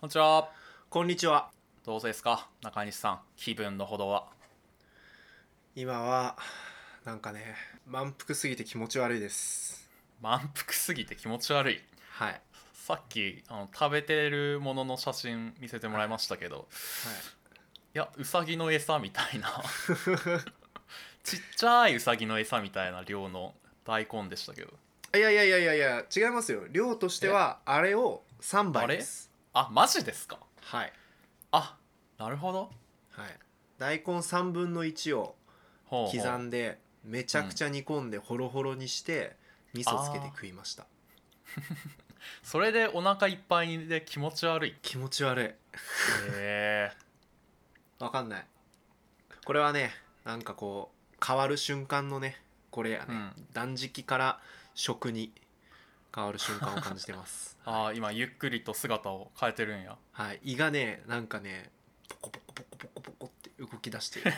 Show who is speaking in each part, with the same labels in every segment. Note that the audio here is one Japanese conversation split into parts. Speaker 1: こんにちは
Speaker 2: こんにちは
Speaker 1: どうですか中西さん気分のほどは
Speaker 2: 今はなんかね満腹すぎて気持ち悪いです
Speaker 1: 満腹すぎて気持ち悪い
Speaker 2: はい、はい、
Speaker 1: さっきあの食べてるものの写真見せてもらいましたけど、い、やウサギの餌みたい なちっちゃいウサギの餌みたいな量の大根でしたけど
Speaker 2: いやいやいやいやいや違いますよ量としてはあれを3
Speaker 1: あ
Speaker 2: 杯
Speaker 1: れ
Speaker 2: です
Speaker 1: あマジですか
Speaker 2: はい、
Speaker 1: あなるほど
Speaker 2: はい、大根3分の1を
Speaker 1: ほうほう
Speaker 2: 刻んでめちゃくちゃ煮込んでホロホロにして味噌つけて食いました
Speaker 1: それでお腹いっぱいで気持ち悪いへ
Speaker 2: 気持ち悪
Speaker 1: え
Speaker 2: いわかんないこれはねなんかこう変わる瞬間のねこれやね、
Speaker 1: うん
Speaker 2: 断食から食に変わる瞬間を感じてます
Speaker 1: あー今ゆっくりと姿を変えてるんや
Speaker 2: はい、胃がねなんかねポコポコポコポコポコって動き 出してる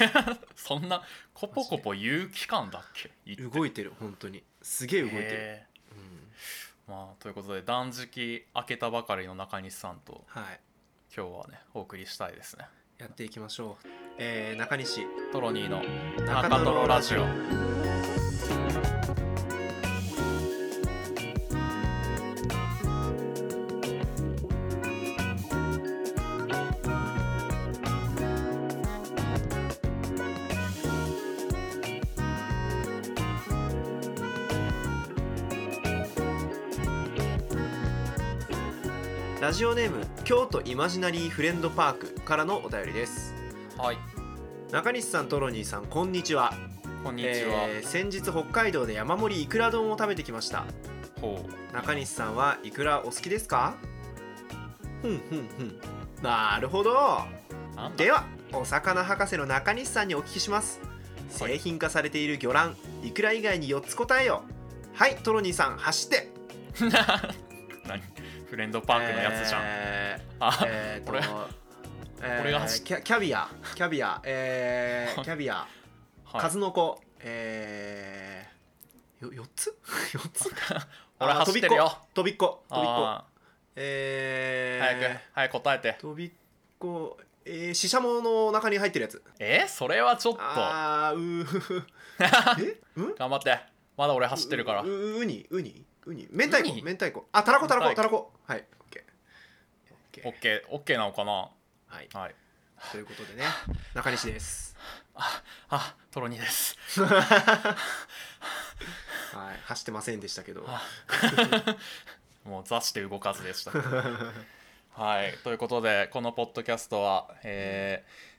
Speaker 1: そんなコポコポ言う期間だっけ言って
Speaker 2: 動いてる本当にすげえ動いてる、
Speaker 1: へー
Speaker 2: うん、
Speaker 1: まあということで断食明けたばかりの中西さんと
Speaker 2: はい
Speaker 1: 今日はねお送りしたいですね
Speaker 2: やっていきましょう、えー、中西
Speaker 1: トロニーの
Speaker 2: 中
Speaker 1: 中ト
Speaker 2: ト
Speaker 1: ロ
Speaker 2: ロ
Speaker 1: ラ
Speaker 2: ラ
Speaker 1: ジ
Speaker 2: ジ
Speaker 1: オ
Speaker 2: オラジオネーム京都イマジナリーフレンドパークからのお便りです
Speaker 1: はい
Speaker 2: 中西さんトロニーさんこんにちは
Speaker 1: こんにちは、
Speaker 2: えー先日北海道で山盛りいくら丼を食べてきました
Speaker 1: ほう
Speaker 2: 中西さんはいくらお好きですかふんふんふんなるほど
Speaker 1: なんだ
Speaker 2: ではお魚博士の中西さんにお聞きします
Speaker 1: はい
Speaker 2: 製品化されている魚卵いくら以外に4つ答えよはいトロニーさん走って
Speaker 1: 何フレンドパークのやつじゃん、
Speaker 2: えー
Speaker 1: あ、
Speaker 2: えーと
Speaker 1: 俺
Speaker 2: えー
Speaker 1: 俺が走っ
Speaker 2: キャキャビアキャビアえーキャビア
Speaker 1: はい
Speaker 2: 数の子えー、よ4つ ?4 つ
Speaker 1: 俺
Speaker 2: あー
Speaker 1: 走ってるよ
Speaker 2: 飛びっこ飛びっこ飛びっこ
Speaker 1: あー早
Speaker 2: え
Speaker 1: く早く答えて
Speaker 2: ー、飛びっこえー、ししゃもの中に入ってるやつ
Speaker 1: えーそれはちょっと
Speaker 2: あーうー えうん
Speaker 1: 頑張ってまだ俺走ってるから
Speaker 2: うううにうにうに明太
Speaker 1: ウニ
Speaker 2: 子明太子あたらこたら
Speaker 1: 明
Speaker 2: こ
Speaker 1: 太
Speaker 2: たらこはいオッケーオッケ
Speaker 1: オ
Speaker 2: ー
Speaker 1: ッケーオッケーなのかな
Speaker 2: はい
Speaker 1: はい
Speaker 2: ということでね中西です
Speaker 1: ああトロニーです
Speaker 2: はい走ってませんでしたけど
Speaker 1: あもう座して動かずで した。はい、ということでこのポッドキャストは、えー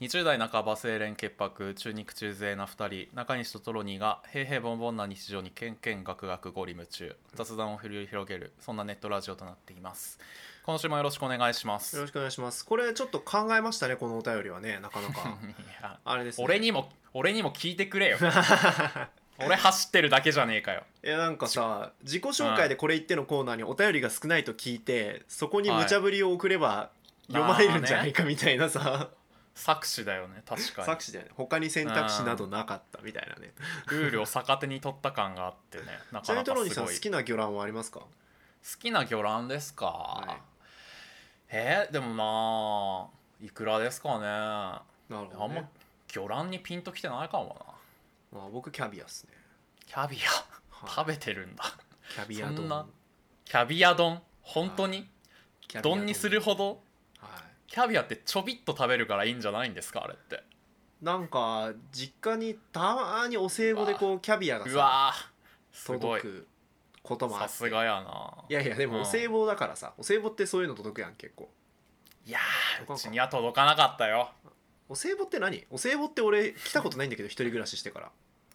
Speaker 1: 20代半ば清廉潔白中肉中背な2人中西とトロニーが平平凡凡な日常にけんけんがくがくゴリ夢中雑談を振り広げるそんなネットラジオとなっています今週もよろしくお願いしま
Speaker 2: よろ
Speaker 1: す
Speaker 2: しくお願いしますこれちょっと考えましたねこのお便りはねなかなか
Speaker 1: いや
Speaker 2: あれですね
Speaker 1: 俺にも俺にも聞いてくれよ 俺走ってるだけじゃねえかよ
Speaker 2: いやなんかさ自己紹介でこれ言ってのコーナーにお便りが少ないと聞いてそこに無茶ぶりを送れば読まれるんじゃないかみたいなさ、
Speaker 1: 作詞だよね確かに
Speaker 2: 作詞だよね他に選択肢などなかったみたいなね
Speaker 1: ルールを逆手に取った感があってねな
Speaker 2: ち
Speaker 1: か
Speaker 2: なみ
Speaker 1: な
Speaker 2: にト
Speaker 1: か
Speaker 2: ロニー
Speaker 1: す
Speaker 2: さん
Speaker 1: ご
Speaker 2: 好
Speaker 1: い好
Speaker 2: きな魚卵はありますか
Speaker 1: きな魚卵ですか、
Speaker 2: は
Speaker 1: えーでもまあいくらですかねあ
Speaker 2: なる
Speaker 1: ん
Speaker 2: ほど、ね
Speaker 1: ま魚卵にピンときてないかもな
Speaker 2: まあ、僕キャビアっすね、
Speaker 1: キャビア
Speaker 2: はい
Speaker 1: 食べてるんだ
Speaker 2: キャビア
Speaker 1: そんな
Speaker 2: 丼
Speaker 1: キャビア丼本当に
Speaker 2: キャビア
Speaker 1: 丼にするほど
Speaker 2: は
Speaker 1: キャビアってちょびっと食べるからいいんじゃないんですかあれって
Speaker 2: いなんか実家にたまにお歳暮でこうキャビアが
Speaker 1: う
Speaker 2: さ
Speaker 1: わーすご
Speaker 2: 届
Speaker 1: い
Speaker 2: くこともあ
Speaker 1: さ
Speaker 2: って
Speaker 1: すがやない
Speaker 2: やいやで
Speaker 1: う
Speaker 2: も
Speaker 1: ん
Speaker 2: お歳暮だからさ、お歳暮ってそういうの届くやん結構
Speaker 1: いやーうちには届かなかったよ
Speaker 2: お歳暮って何お歳暮って俺来たことないんだけど一人暮らししてから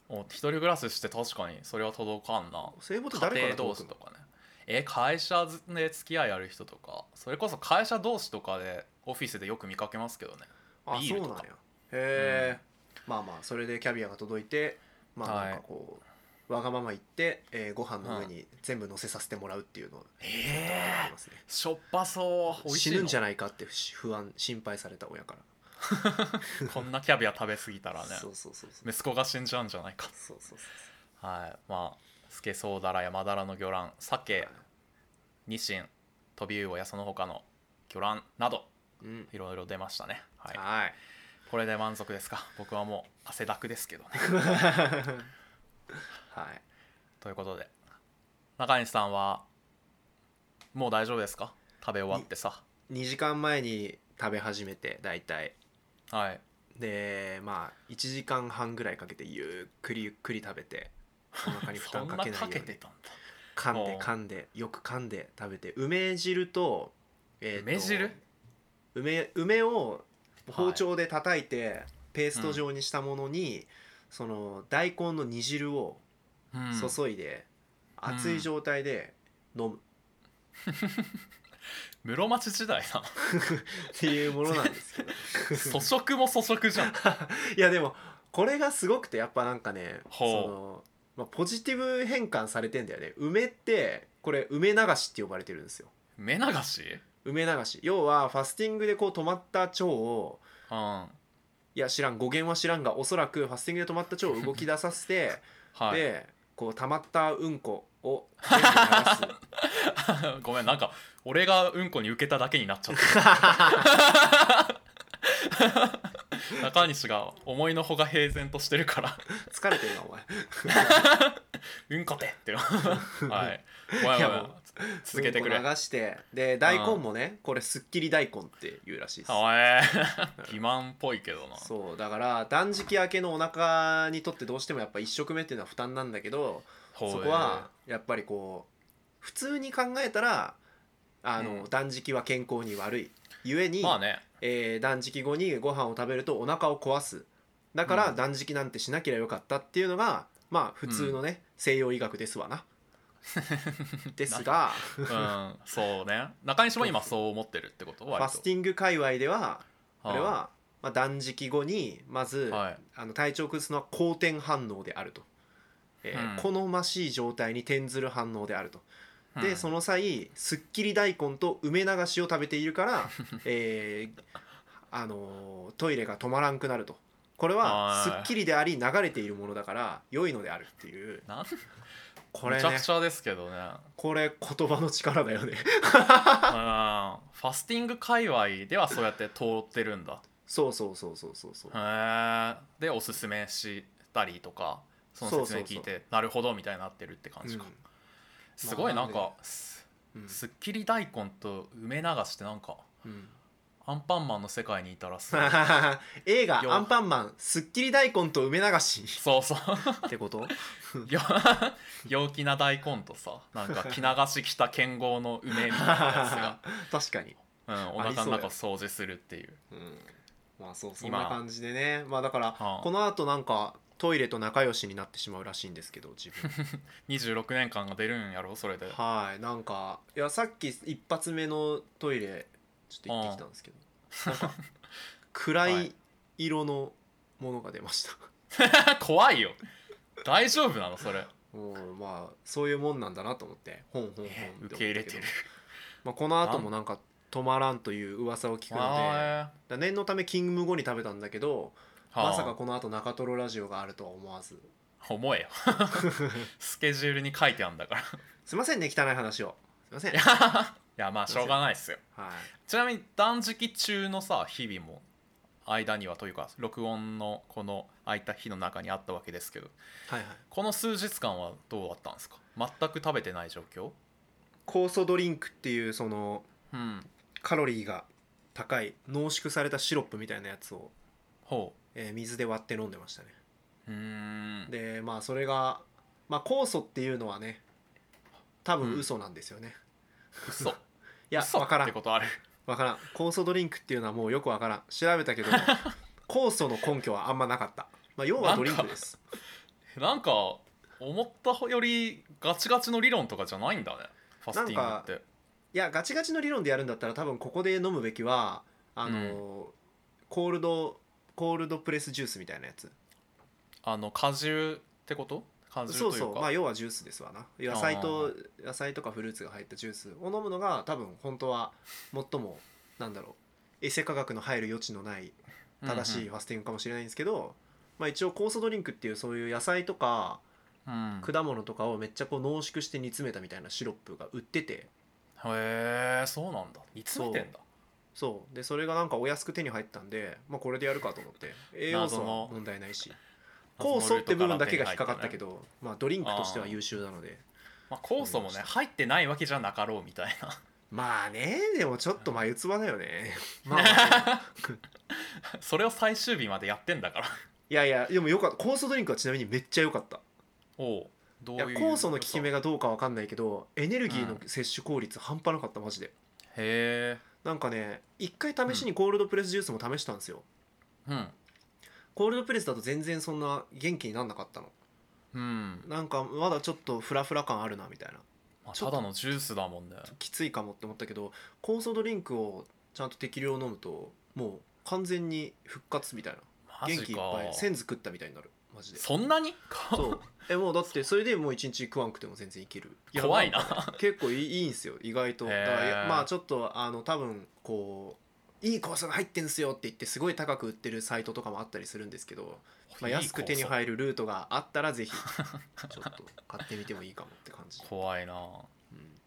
Speaker 1: お一人暮らしして確かにそれは届かんな
Speaker 2: お歳暮って
Speaker 1: 家
Speaker 2: 誰から
Speaker 1: 庭同
Speaker 2: 届く
Speaker 1: 士
Speaker 2: の
Speaker 1: とかねえ会社で付き合いある人とかそれこそ会社同士とかでオフィスでよく見かけますけどね
Speaker 2: あ
Speaker 1: ビー
Speaker 2: そう
Speaker 1: ル
Speaker 2: な
Speaker 1: と
Speaker 2: ん
Speaker 1: か
Speaker 2: やへえ、まあまあそれでキャビアが届いてまあ
Speaker 1: はい
Speaker 2: なんかこう、わがまま言って、えーご飯の上に全部乗せさせてもらうっていうのをやっ
Speaker 1: え
Speaker 2: てますね
Speaker 1: しょっぱそう美味し
Speaker 2: 死
Speaker 1: い
Speaker 2: ぬんじゃ
Speaker 1: な
Speaker 2: ないかって不安心配された親か
Speaker 1: いこんなキャビア食べ過ぎた
Speaker 2: ら
Speaker 1: らね
Speaker 2: そうそうそうそう
Speaker 1: 息子が死んじゃうんじゃないか
Speaker 2: そうそうそうそ
Speaker 1: はいまあスケソウダラやマダラの魚卵
Speaker 2: う
Speaker 1: 鮭ニシントビウオやその他の魚卵など
Speaker 2: うん
Speaker 1: いろいろ出ましたね、はい、
Speaker 2: はい
Speaker 1: これで満足ですか僕はもう汗だくですけどね
Speaker 2: はい
Speaker 1: ということで中西さんはもう大丈夫ですか食べ終わってさ
Speaker 2: 2時間前に食べ始めて大体
Speaker 1: はい
Speaker 2: でまあ1時間半ぐらいかけてゆっくりゆっくり食べてお腹に負
Speaker 1: そ
Speaker 2: 担
Speaker 1: ん
Speaker 2: か
Speaker 1: な
Speaker 2: けない
Speaker 1: か
Speaker 2: よう
Speaker 1: け
Speaker 2: に
Speaker 1: てたんだ
Speaker 2: 噛ん
Speaker 1: お
Speaker 2: で
Speaker 1: う
Speaker 2: 噛んでよく噛んで食べて梅汁と,、えーと
Speaker 1: 梅汁
Speaker 2: 梅梅を包丁で叩いて、ペースト状にしたものに、その大根の煮汁を
Speaker 1: うん
Speaker 2: 注いで、
Speaker 1: うん
Speaker 2: 熱い状態で飲む
Speaker 1: 室町時代だ
Speaker 2: っていうものなん です けど
Speaker 1: な粗食も粗食じゃん
Speaker 2: いやでもこれがすごくてやっぱなんかねそ
Speaker 1: ほう
Speaker 2: の、まあ、ポジティブ変換されてんだよね梅ってこれ梅流しって呼ばれてるんですよ
Speaker 1: 目流し
Speaker 2: 梅流し要はファスティングでこう止まった腸を
Speaker 1: うん
Speaker 2: いや知らん語源は知らんがおそらくファスティングで止まった腸を動き出させて、
Speaker 1: はい
Speaker 2: でこう溜まったうんこ を全部流す
Speaker 1: ごめんなんか俺がうんこに受けただけになっちゃった 中西が思いのほが平然としてるから
Speaker 2: 疲れてるなお前
Speaker 1: うんこてってはいごめんごめん
Speaker 2: いやもう
Speaker 1: 続けてくれ、
Speaker 2: うんこ流してで大根もねこれすっきり大根っていうらしいです
Speaker 1: かわい い欺瞞っぽいけどな
Speaker 2: そうだから断食明けのお腹にとってどうしてもやっぱ1食目っていうのは負担なんだけど
Speaker 1: ほう
Speaker 2: そこはやっぱりこう普通に考えたらあの、
Speaker 1: うん
Speaker 2: 断食は健康に悪いゆえ
Speaker 1: え
Speaker 2: に、
Speaker 1: ーまあね
Speaker 2: えー断食後にご飯を食べるとお腹を壊すだから
Speaker 1: うん
Speaker 2: 断食なんてしなければよかったっていうのがまあ普通のね、西洋医学ですわ なですが
Speaker 1: うんそう ね中西も今そう思ってるってこと
Speaker 2: フ
Speaker 1: 割と
Speaker 2: ァスティング界隈では
Speaker 1: あ
Speaker 2: これは、まあ、断食後にまず、
Speaker 1: はい
Speaker 2: あの体調を崩すのは好転反応であると、えー
Speaker 1: う
Speaker 2: 好ましい状態に転ずる反応であると、
Speaker 1: うん
Speaker 2: でその際すっきり大根と梅流しを食べている から、えーあのートイレが止まらんくなるとこれは
Speaker 1: あ
Speaker 2: す
Speaker 1: ー
Speaker 2: っきりであり流れているものだから良いのであるっていう
Speaker 1: なん
Speaker 2: こ
Speaker 1: め
Speaker 2: れね
Speaker 1: ちゃくちゃですけどね
Speaker 2: これ言葉の力だよね
Speaker 1: うん ファスティング界隈ではそうやって通ってるんだ
Speaker 2: そうそうそうそうそうそう
Speaker 1: へえでおすすめしたりとかその説明聞いて
Speaker 2: そうそ
Speaker 1: なるほどみたいになってるって感じか、
Speaker 2: うん
Speaker 1: すごいなんか、
Speaker 2: まあなん
Speaker 1: す
Speaker 2: うん
Speaker 1: すっきり大根と梅流しってなんか
Speaker 2: うん
Speaker 1: アンパンマンの世界にいたらすごい
Speaker 2: 映画「
Speaker 1: よ
Speaker 2: アンパンマンすっきり大根と梅流し
Speaker 1: そうそう」
Speaker 2: って こと
Speaker 1: よ陽気な大根とさなんか着流し着た剣豪の梅みたいな や
Speaker 2: 確かに、
Speaker 1: つが、うん、お
Speaker 2: あり
Speaker 1: 腹
Speaker 2: そう
Speaker 1: の
Speaker 2: だ
Speaker 1: 中掃除するっていう
Speaker 2: まあそうそん
Speaker 1: 今
Speaker 2: な感じでねまあだから
Speaker 1: はあ
Speaker 2: このあとんかトイレと仲良しになってしまうらしいんですけど自分
Speaker 1: 26年間が出るんやろそれで
Speaker 2: はいなんかいやさっき一発目のトイレちょっと行ってきたんですけどなんか暗
Speaker 1: はいい
Speaker 2: 色のものが出ました
Speaker 1: 怖いよ大丈夫なのそれ
Speaker 2: もうまあそういうもんなんだなと思ってほんほんほんって思ったけど
Speaker 1: 受け入れてる
Speaker 2: まあ、この後もなんか止まらんという噂を聞くので
Speaker 1: あ
Speaker 2: だから念のためキング後に食べたんだけど
Speaker 1: ーはあ
Speaker 2: まさかこの後中トロラジオがあるとは思わず
Speaker 1: 思え よスケジュールに書いてあるんだからい
Speaker 2: すいませんね汚い話をすいません
Speaker 1: やいやまあしょうがないっすよ
Speaker 2: はい
Speaker 1: ちなみに断食中のさ日々も間にはというか録音のこの空いた日の中にあったわけですけど
Speaker 2: はいはい
Speaker 1: この数日間はどうだったんですか全く食べてない状況
Speaker 2: 酵素ドリンクっていうその
Speaker 1: うん
Speaker 2: カロリーが高い濃縮されたシロップみたいなやつを、
Speaker 1: ほ
Speaker 2: えー水で割って飲んでましたね
Speaker 1: ううーん
Speaker 2: でまあそれがまあ酵素っていうのはね多分
Speaker 1: うん
Speaker 2: 嘘なんですよね、
Speaker 1: 嘘い
Speaker 2: いやわから
Speaker 1: って
Speaker 2: ん
Speaker 1: ことある
Speaker 2: わからん酵素ドリンクっていうのはもうよくわからん調べ たけど酵素の根拠はあんまなかった、まあ、要はドリンクです
Speaker 1: なんか思ったよりガチガチの理論とかじゃないんだねファスティングって
Speaker 2: いやガチガチの理論でやるんだったら多分ここで飲むべきはあのー、コールドコールドプレスジュースみたいなやつ
Speaker 1: あの果汁ってこと果汁とい
Speaker 2: そうう
Speaker 1: か
Speaker 2: そうまあ要はジュースですわな野菜と野菜とかフルーツが入ったジュースを飲むのが多分本当は最もなんだろうエセ科学の入る余地のない正しいファスティングかもしれないんですけど、まあ、一応酵素ドリンクっていうそういう野菜とか
Speaker 1: うんうん、うん
Speaker 2: 果物とかをめっちゃこう濃縮して煮詰めたみたいなシロップが売ってて
Speaker 1: へえそうなんだ煮詰めてんだ
Speaker 2: そうでそれがなんかお安く手に入ったんで、まあ、これでやるかと思って栄養素は問題ないし酵素って部分だけが引っかかったけ
Speaker 1: ど、
Speaker 2: ど、まあ、ドリンクとしては優秀なので
Speaker 1: まあ、酵素もね入ってないわけじゃなかろうみたいな
Speaker 2: まあねでもちょっと眉唾だよねまあまあ
Speaker 1: それを最終日までやってんだから
Speaker 2: いやいやでもよかった酵素ドリンクはちなみにめっちゃ良かった
Speaker 1: おうど
Speaker 2: いうや
Speaker 1: いう
Speaker 2: 酵素の効き目がどうかわかんないけどエネルギーの摂取効率半端なかったマジで
Speaker 1: へえ
Speaker 2: なんかね一回試しにコールドプレスジュースも試したんですよ、
Speaker 1: うん
Speaker 2: コールドプレスだと全然そんな元気になんなかったの
Speaker 1: うん、
Speaker 2: なんかまだちょっとフラフラ感あるなみたいな
Speaker 1: まあ、
Speaker 2: ちょ
Speaker 1: た
Speaker 2: っと
Speaker 1: だのジュースだもんね
Speaker 2: きついかもって思ったけど酵素ドリンクをちゃんと適量飲むともう完全に復活みたいな
Speaker 1: マジ
Speaker 2: 元
Speaker 1: か
Speaker 2: 気いっぱい1000作ったみたいになるマジで
Speaker 1: そんなに
Speaker 2: そうえもうだってそれでもう1日食わんくても全然いけるや
Speaker 1: 怖いなん
Speaker 2: かね結構いいいいんすよ意外と
Speaker 1: へ
Speaker 2: だか
Speaker 1: ー
Speaker 2: らいやまあちょっとあの多分こういい酵素が入ってんすよって言ってすごい高く売ってるサイトとかもあったりするんですけど、まあ、
Speaker 1: いい
Speaker 2: 安く手に
Speaker 1: 酵
Speaker 2: 入るルートがあったら ぜひちょっと買ってみてもいいかもって感じ
Speaker 1: 素、怖いな
Speaker 2: うん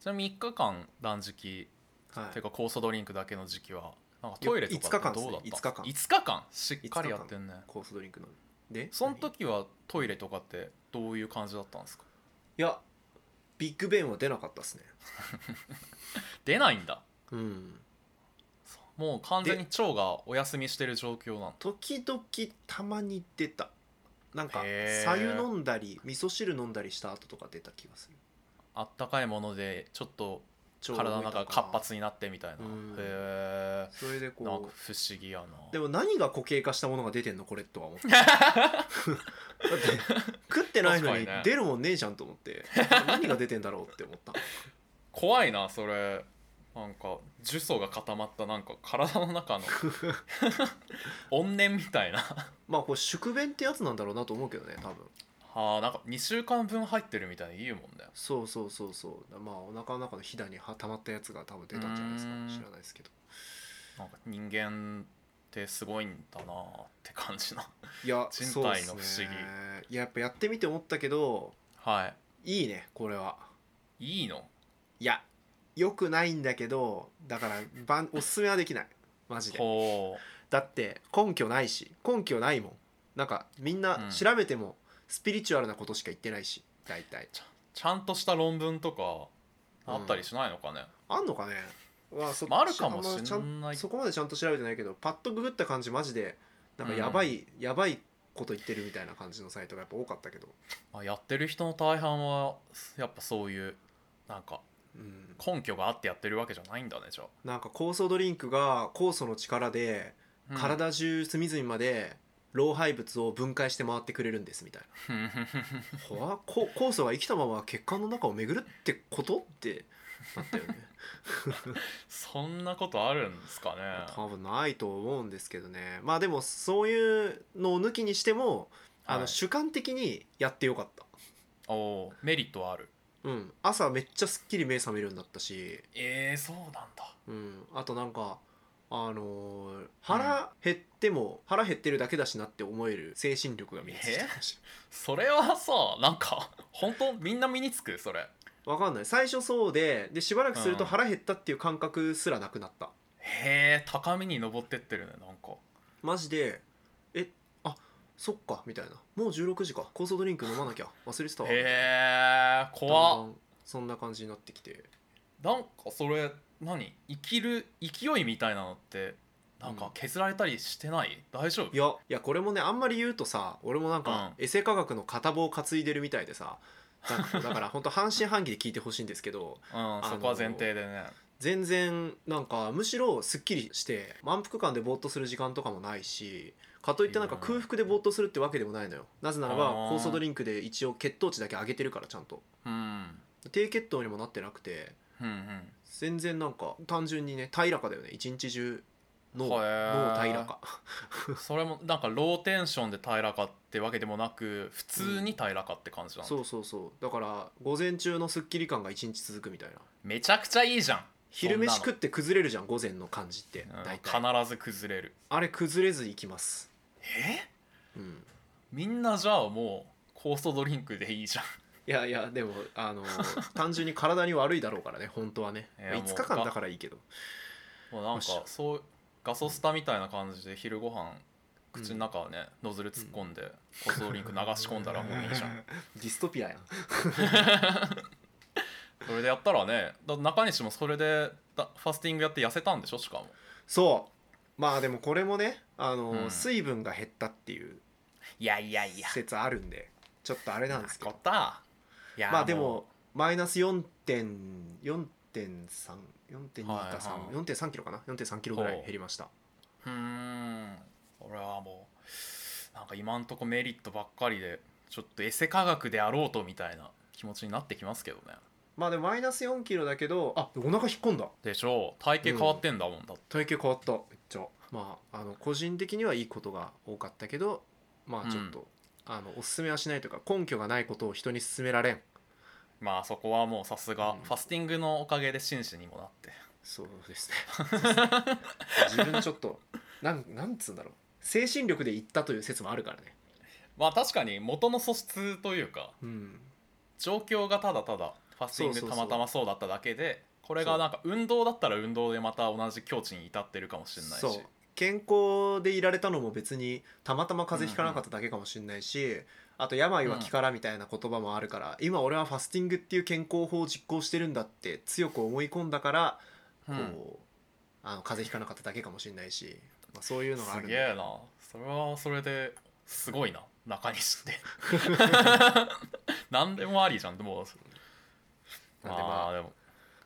Speaker 1: ちなみに3日間断食
Speaker 2: はい
Speaker 1: ていうか酵素ドリンクだけの時期はなんかトイレとかってどうだった
Speaker 2: いや5日間ですね
Speaker 1: 5日間しっかりやってんね
Speaker 2: 酵素ドリンク飲むで
Speaker 1: その時はトイレとかってどういう感じだったんですか
Speaker 2: いやビッグベンは出なかったですね
Speaker 1: 出ないんだ
Speaker 2: うん
Speaker 1: もう完全に腸がお休みしてる状況なんだ
Speaker 2: 時々たまに出たなんか
Speaker 1: へー
Speaker 2: 白湯飲んだり味噌汁飲んだりした後とか出た気がする
Speaker 1: あったかいものでちょっと
Speaker 2: ちょうど
Speaker 1: 体の中が活
Speaker 2: 動い
Speaker 1: 発になってみたいな
Speaker 2: うん
Speaker 1: へえ
Speaker 2: たかなそれで
Speaker 1: んか不
Speaker 2: こ
Speaker 1: 思議やな
Speaker 2: うでも何が固形化したものが出てんのこれとは思って だって食ってないの
Speaker 1: 確
Speaker 2: に
Speaker 1: かにね
Speaker 2: 出るもんねえじゃんと思って何が出てんだろうって思った
Speaker 1: 怖いなそれなんか呪詛が固まったなんか体の中の怨念みたいな
Speaker 2: まあこれ宿便ってやつなんだろうなと思うけどね多分
Speaker 1: はあなんか2週間分入ってるみたいに言うもんね
Speaker 2: そうそうそうそうまあお腹の中のひだにはたまったやつが多分出たんじゃないですか
Speaker 1: うん
Speaker 2: 知らないですけど
Speaker 1: なんか人間ってすごいんだなって感じな
Speaker 2: いや
Speaker 1: 人体
Speaker 2: そうです
Speaker 1: の不
Speaker 2: ね
Speaker 1: 思
Speaker 2: いややっぱやってみて思ったけど
Speaker 1: はい
Speaker 2: いいねこれはい
Speaker 1: いの
Speaker 2: いやよくないんだけどだからばんおすすめはできないマジで
Speaker 1: ほ
Speaker 2: だって根拠ないし根拠ないもんなんかみん
Speaker 1: う
Speaker 2: なん調べてもスピリチュアルなことしか言ってないし大体
Speaker 1: うちゃちゃんとした論文とかあったりしないのかね、
Speaker 2: あんのかねわそ
Speaker 1: まあ、あるかもし
Speaker 2: あんまちゃん
Speaker 1: んない
Speaker 2: そこまでちゃんと調べてないけどパッとググった感じマジでなんかやばい、やばいこと言ってるみたいな感じのサイトがやっぱ多かったけど、
Speaker 1: まあ、やってる人の大半はやっぱそういうなんか
Speaker 2: うん、
Speaker 1: 根拠があってやってるわけじゃないんだねじゃ
Speaker 2: なんか酵素ドリンクが酵素の力で
Speaker 1: あ、
Speaker 2: 体中隅々まで老廃物を分解して回ってくれるんですみたいな
Speaker 1: うん
Speaker 2: ほわこ酵素が生きたまま血管の中を巡るってことってなったよね
Speaker 1: そんなことあるんですかね
Speaker 2: 多分ないと思うんですけどねまあでもそういうのを抜きにしても、あ
Speaker 1: は
Speaker 2: の
Speaker 1: い
Speaker 2: 主観的にやってよかった
Speaker 1: おおメリットはある
Speaker 2: うん朝めっちゃすっきり目覚めるようになったし、
Speaker 1: えー、そうなんだ
Speaker 2: うん、あとなんかあのー腹減っても腹減ってるだけだしなって思える精神力が身についたかもしれない
Speaker 1: それはさなんか 本当みんな身につくそれ
Speaker 2: わかんない最初そうででしばらくすると
Speaker 1: うん
Speaker 2: 腹減ったっていう感覚すらなくなった
Speaker 1: へえ高みに登ってってるねなんか
Speaker 2: マジでえあそっかみたいなもう16時か酵素ドリンク飲まなきゃ忘れてたわ
Speaker 1: へえ
Speaker 2: だんだ
Speaker 1: 怖っ
Speaker 2: んそんな感じになってきて
Speaker 1: なんかそれ何生きる勢いみたいなのってなん
Speaker 2: う
Speaker 1: か
Speaker 2: ん
Speaker 1: 削られたりしてない大丈夫
Speaker 2: いやいやこれもねあんまり言うとさ俺もなんか、エセ科学の片棒担いでるみたいでさなんかだから本当半信半疑で聞いてほしいんですけど
Speaker 1: うんそこは前提でね
Speaker 2: 全然なんかむしろすっきりして満腹感でぼーっとする時間とかもないしかといってなんか
Speaker 1: いいな
Speaker 2: 空腹でぼーっとするってわけでもないのよなぜならば
Speaker 1: あー
Speaker 2: 酵素ドリンクで一応血糖値だけ上げてるからちゃんと
Speaker 1: うん
Speaker 2: 低血糖にもなってなくて
Speaker 1: うんうん
Speaker 2: 全然なんか単純にね平らかだよね一日中脳
Speaker 1: へ
Speaker 2: 脳
Speaker 1: ー
Speaker 2: 平らか
Speaker 1: それもなんかローテンションで平らかってわけでもなく普通に平らかって感じなの、
Speaker 2: そうそうそうだから午前中のすっきり感が一日続くみたいな
Speaker 1: めちゃくちゃいいじゃん
Speaker 2: 昼飯食
Speaker 1: っ
Speaker 2: って崩れるじゃん午前の感じって
Speaker 1: て
Speaker 2: 大体
Speaker 1: 必ず崩れる
Speaker 2: あれ崩れずいきます
Speaker 1: え
Speaker 2: うん
Speaker 1: みんなじゃあもう酵素ドリンクでいい じゃん
Speaker 2: いやいやでも あの単純に体に悪いだろうからね本当はね
Speaker 1: いやもう
Speaker 2: 5日間だからいいけど
Speaker 1: もうなんか
Speaker 2: よし
Speaker 1: そうガソスタみたいな感じで昼ご飯口の中はね、ノズル突っ込んで、コスオリンク流し込んだらもういいじゃ ん
Speaker 2: ディストピアやん
Speaker 1: それでやったらねだ中西もそれでだファスティングやって痩せたんでしょしかも
Speaker 2: そうまあでもこれもねあの、
Speaker 1: うん
Speaker 2: 水分が減ったっていう
Speaker 1: いやいやいや
Speaker 2: 説あるんでちょっとあれなんですけ
Speaker 1: 使っ
Speaker 2: ど
Speaker 1: たいや
Speaker 2: まあで
Speaker 1: も
Speaker 2: もマイナス4.4.34.2か
Speaker 1: はいはい
Speaker 2: 3.4.3キロかな4.3キロぐらい減りました
Speaker 1: ううーん俺はもうなんか今んとこメリットばっかりでちょっとエセ科学であろうとみたいな気持ちになってきますけどね
Speaker 2: まあでもマイナス4キロだけどあお腹引っ込んだ
Speaker 1: でしょう体型変わってんだもんだって、
Speaker 2: 体型変わっためっちゃまああの個人的にはいいことが多かったけどまあちょっと、あのおすすめはしないというか根拠がないことを人に勧められん
Speaker 1: まあそこはもうさすが、
Speaker 2: うん
Speaker 1: ファスティングのおかげで真摯にもなって
Speaker 2: そうですね 自分ちょっとなんなんつうんだろう精神力でいったという説もあるからね
Speaker 1: まあ確かに元の素質というか
Speaker 2: うん
Speaker 1: 状況がただただファスティング
Speaker 2: そうそう
Speaker 1: た
Speaker 2: そう
Speaker 1: またまそうだっただけでこれがなんか運動だったら運動でまた同じ境地に至ってるかもしれないし
Speaker 2: そう健康でいられたのも別にたまたま風邪ひかなかっただけかもしれないし、あと病は気からみたいな言葉もあるから、今俺はファスティングっていう健康法を実行してるんだって強く思い込んだから、
Speaker 1: うん
Speaker 2: こうあの風邪ひかなかっただけかもしれないし、まあ、そういうのがある
Speaker 1: す
Speaker 2: ん
Speaker 1: げ
Speaker 2: で
Speaker 1: えなそれはそれですごいな中西って 何でもありじゃんでも
Speaker 2: なんで
Speaker 1: あ
Speaker 2: ま
Speaker 1: ー
Speaker 2: あ
Speaker 1: でも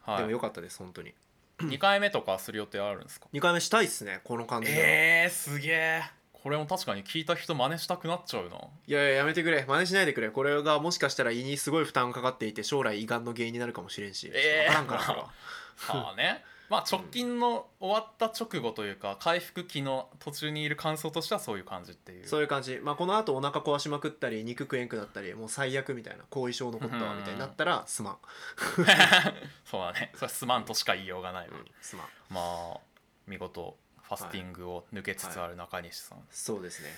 Speaker 1: は
Speaker 2: で
Speaker 1: い
Speaker 2: もよかったです本当に
Speaker 1: 2回目とかする予定あるんですか
Speaker 2: 2回目したいっすねこの感じで、
Speaker 1: えー、すげえこれも確かに聞いた人真似したくなっちゃうない
Speaker 2: やいややめてくれ真似しないでくれこれがもしかしたら胃にすごい負担かかっていて将来胃がんの原因になるかもしれんし、
Speaker 1: ええ
Speaker 2: 分からんからそれは
Speaker 1: はあ ねまあ直近の終わった直後というか回復期の途中にいる感想としてはそういう感じっていう
Speaker 2: そういう感じ、まあ、このあとお腹壊しまくったり肉食えんくなったりもう最悪みたいな後遺症残ったわみたいになったらすまん、
Speaker 1: そうだねそれはすまんとしか言いようがないわ、
Speaker 2: うんすまん
Speaker 1: まあ見事ファスティングを抜けつつある中西さん、
Speaker 2: そうですね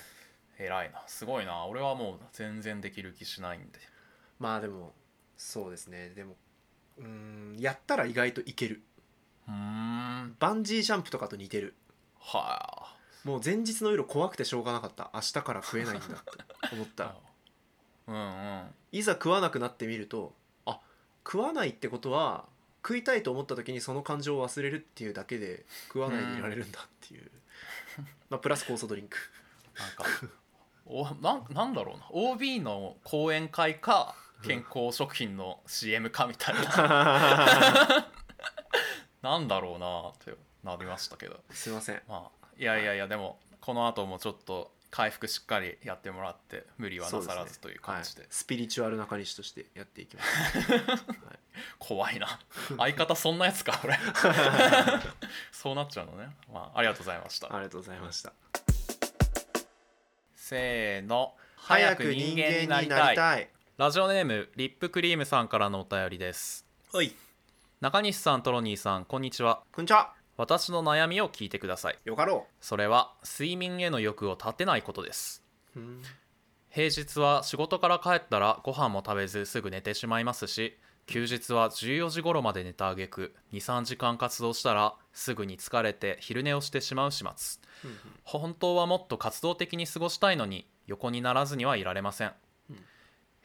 Speaker 1: 偉いなすごいな俺はもう全然できる気しないんで
Speaker 2: まあでもそうですねでもうーんやったら意外といける
Speaker 1: うーん
Speaker 2: バンジージャンプとかと似てる
Speaker 1: は
Speaker 2: もう前日の夜怖くてしょうがなかった明日から食えないんだって思った ら
Speaker 1: あうんうん
Speaker 2: いざ食わなくなってみるとあ食わないってことは食いたいと思った時にその感情を忘れるっていうだけで食わないでいられるんだっていう、まあ、プラス酵素ドリンク
Speaker 1: なんかおなんなんだろうな OB の講演会か健康食品の CM かみたいななんだろうなってなりましたけど
Speaker 2: すいません
Speaker 1: まあいやいやいやでもこの後もちょっと回復しっかりやってもらって無理はなさらずという感じで
Speaker 2: はい、スピリチュアル中西としてやっていきます
Speaker 1: 怖いな相方そんなやつか俺 そうなっちゃうのね、まあ、ありがとうございました
Speaker 2: ありがとうございました
Speaker 1: せーの
Speaker 2: 早く人間になりたい
Speaker 1: ラジオネームリップクリームさんからのお便りです
Speaker 2: はい
Speaker 1: 中西さんトロニーさんこんにちは
Speaker 2: こんにちは
Speaker 1: 私の悩みを聞いてください
Speaker 2: よかろ
Speaker 1: それは睡眠への欲を立てないことです
Speaker 2: ううん
Speaker 1: 平日は仕事から帰ったらご飯も食べずすぐ寝てしまいますし休日は14時頃まで寝た挙句23時間活動したらすぐに疲れて昼寝をしてしまう始末
Speaker 2: うんうん
Speaker 1: 本当はもっと活動的に過ごしたいのに横にならずにはいられません、
Speaker 2: うん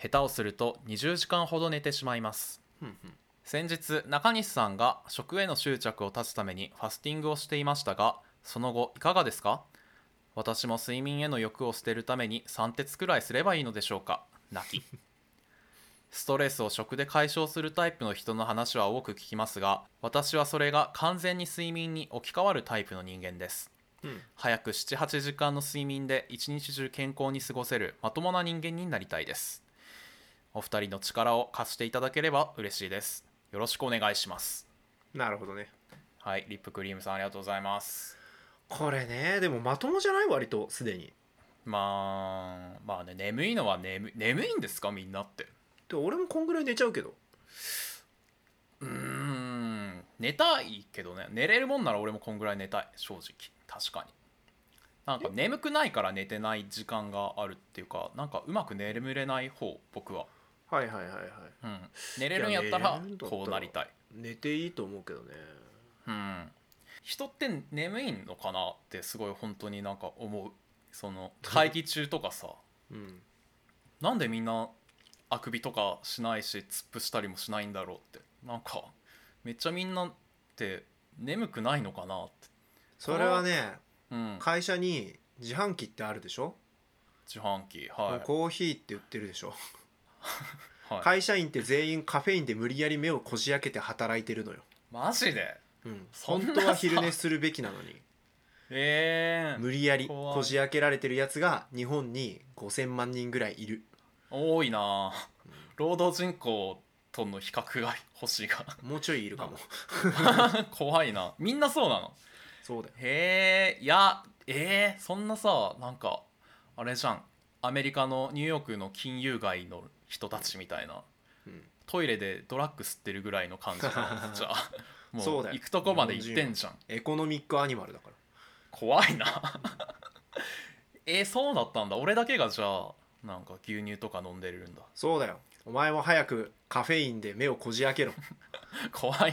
Speaker 1: 下手をすると20時間ほど寝てしまいます
Speaker 2: うんうん
Speaker 1: 先日中西さんが食への執着を断つためにファスティングをしていましたがその後いかがですか私も睡眠への欲を捨てるために3鉄くらいすればいいのでしょうか泣きストレスを食で解消するタイプの人の話は多く聞きますが私はそれが完全に睡眠に置き換わるタイプの人間です
Speaker 2: うん
Speaker 1: 早く78時間の睡眠で一日中健康に過ごせるまともな人間になりたいですお二人の力を貸していただければ嬉しいですよろしくお願いします
Speaker 2: なるほどね
Speaker 1: はいリップクリームさんありがとうございます
Speaker 2: これねでもまともじゃない割とすでに
Speaker 1: まあまあね眠いのは眠い眠いんですかみんなって
Speaker 2: で俺もこんぐらい寝ちゃうけど
Speaker 1: うーん寝たいけどね寝れるもんなら俺もこんぐらい寝たい正直確かになんか眠くないから寝てない時間があるっていうかなんかうまく眠れない方僕は
Speaker 2: はいはいはいはい
Speaker 1: うん、寝れるんやった
Speaker 2: いや
Speaker 1: ら
Speaker 2: 寝れるんだったら
Speaker 1: こうなりたい
Speaker 2: 寝ていいと思うけどね
Speaker 1: うん人って眠いのかなってすごい本当になんか思うそ の会議中とかさ
Speaker 2: うん
Speaker 1: なんでみんなあくびとかしないし突っ伏したりもしないんだろうってなんかめっちゃみんなって眠くないのかなって、
Speaker 2: それはね
Speaker 1: うん、
Speaker 2: 会社に自販機ってあるでしょ、
Speaker 1: 自販機はい、
Speaker 2: コーヒーって売ってるでしょ、
Speaker 1: はい、
Speaker 2: 会社員って全員カフェインで無理やり目をこじ開けて働いてるのよ、
Speaker 1: マジで
Speaker 2: うん、
Speaker 1: そん
Speaker 2: 本
Speaker 1: なさ
Speaker 2: 当は昼寝するべきな のに
Speaker 1: ええ
Speaker 2: 無理やり
Speaker 1: 怖い
Speaker 2: こじ開けられてるやつが日本に5,000万人ぐらいいる
Speaker 1: 多いな労働人口との比較が星が
Speaker 2: もうちょいいるかも
Speaker 1: 怖いなみんなそうなの
Speaker 2: そうだよ
Speaker 1: へえいやえー、そんなさなんかあれじゃんアメリカのニューヨークの金融街の人たちみたいな
Speaker 2: うん
Speaker 1: トイレでドラッグ吸ってるぐらいの感じなのじゃ あも
Speaker 2: そう
Speaker 1: う
Speaker 2: だよ
Speaker 1: 行くとこまで行ってんじゃん
Speaker 2: エコノミックアニマルだから
Speaker 1: 怖いな えー、そうだったんだ俺だけがじゃあなんか牛乳とか飲んでるんだ
Speaker 2: そうだよお前も早くカフェインで目をこじ開けろ
Speaker 1: 怖い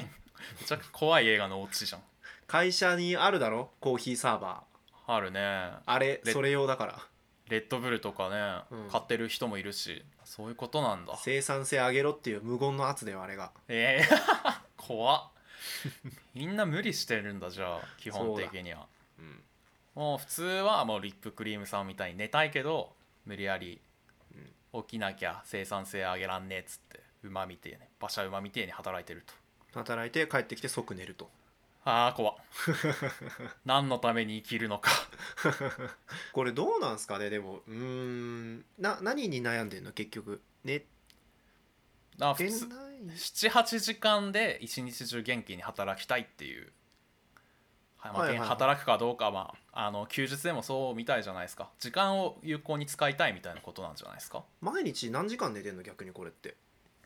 Speaker 1: めちゃくちゃ怖い映画のオチじゃん
Speaker 2: 会社にあるだろコーヒーサーバー
Speaker 1: あるね
Speaker 2: あれ
Speaker 1: で
Speaker 2: それ用だから
Speaker 1: レッドブルとかね、
Speaker 2: うん
Speaker 1: 買ってる人もいるしそういうことなんだ
Speaker 2: 生産性上げろっていう無言の圧だよあれが
Speaker 1: え ー、怖っみんな無理してるんだじゃあ基本的には
Speaker 2: うん
Speaker 1: もう普通はもうリップクリームさんみたいに寝たいけど無理やり起きなきゃ生産性上げらんねえっつって馬みてえね馬車馬みてえに働いてると
Speaker 2: 働いて帰ってきて即寝ると
Speaker 1: あー怖っ何のために生きるのか
Speaker 2: これどうなんすかねでもうーんな何に悩んでんの結局寝
Speaker 1: あ
Speaker 2: て
Speaker 1: 普
Speaker 2: ない
Speaker 1: 通78時間で一日中元気に働きたいっていう、はいまあ
Speaker 2: はいはいはい
Speaker 1: 働くかどうかまああの休日でもそうみたいじゃないですか時間を有効に使いたいみたいなことなんじゃないですか
Speaker 2: 毎日何時間寝てんの逆にこれって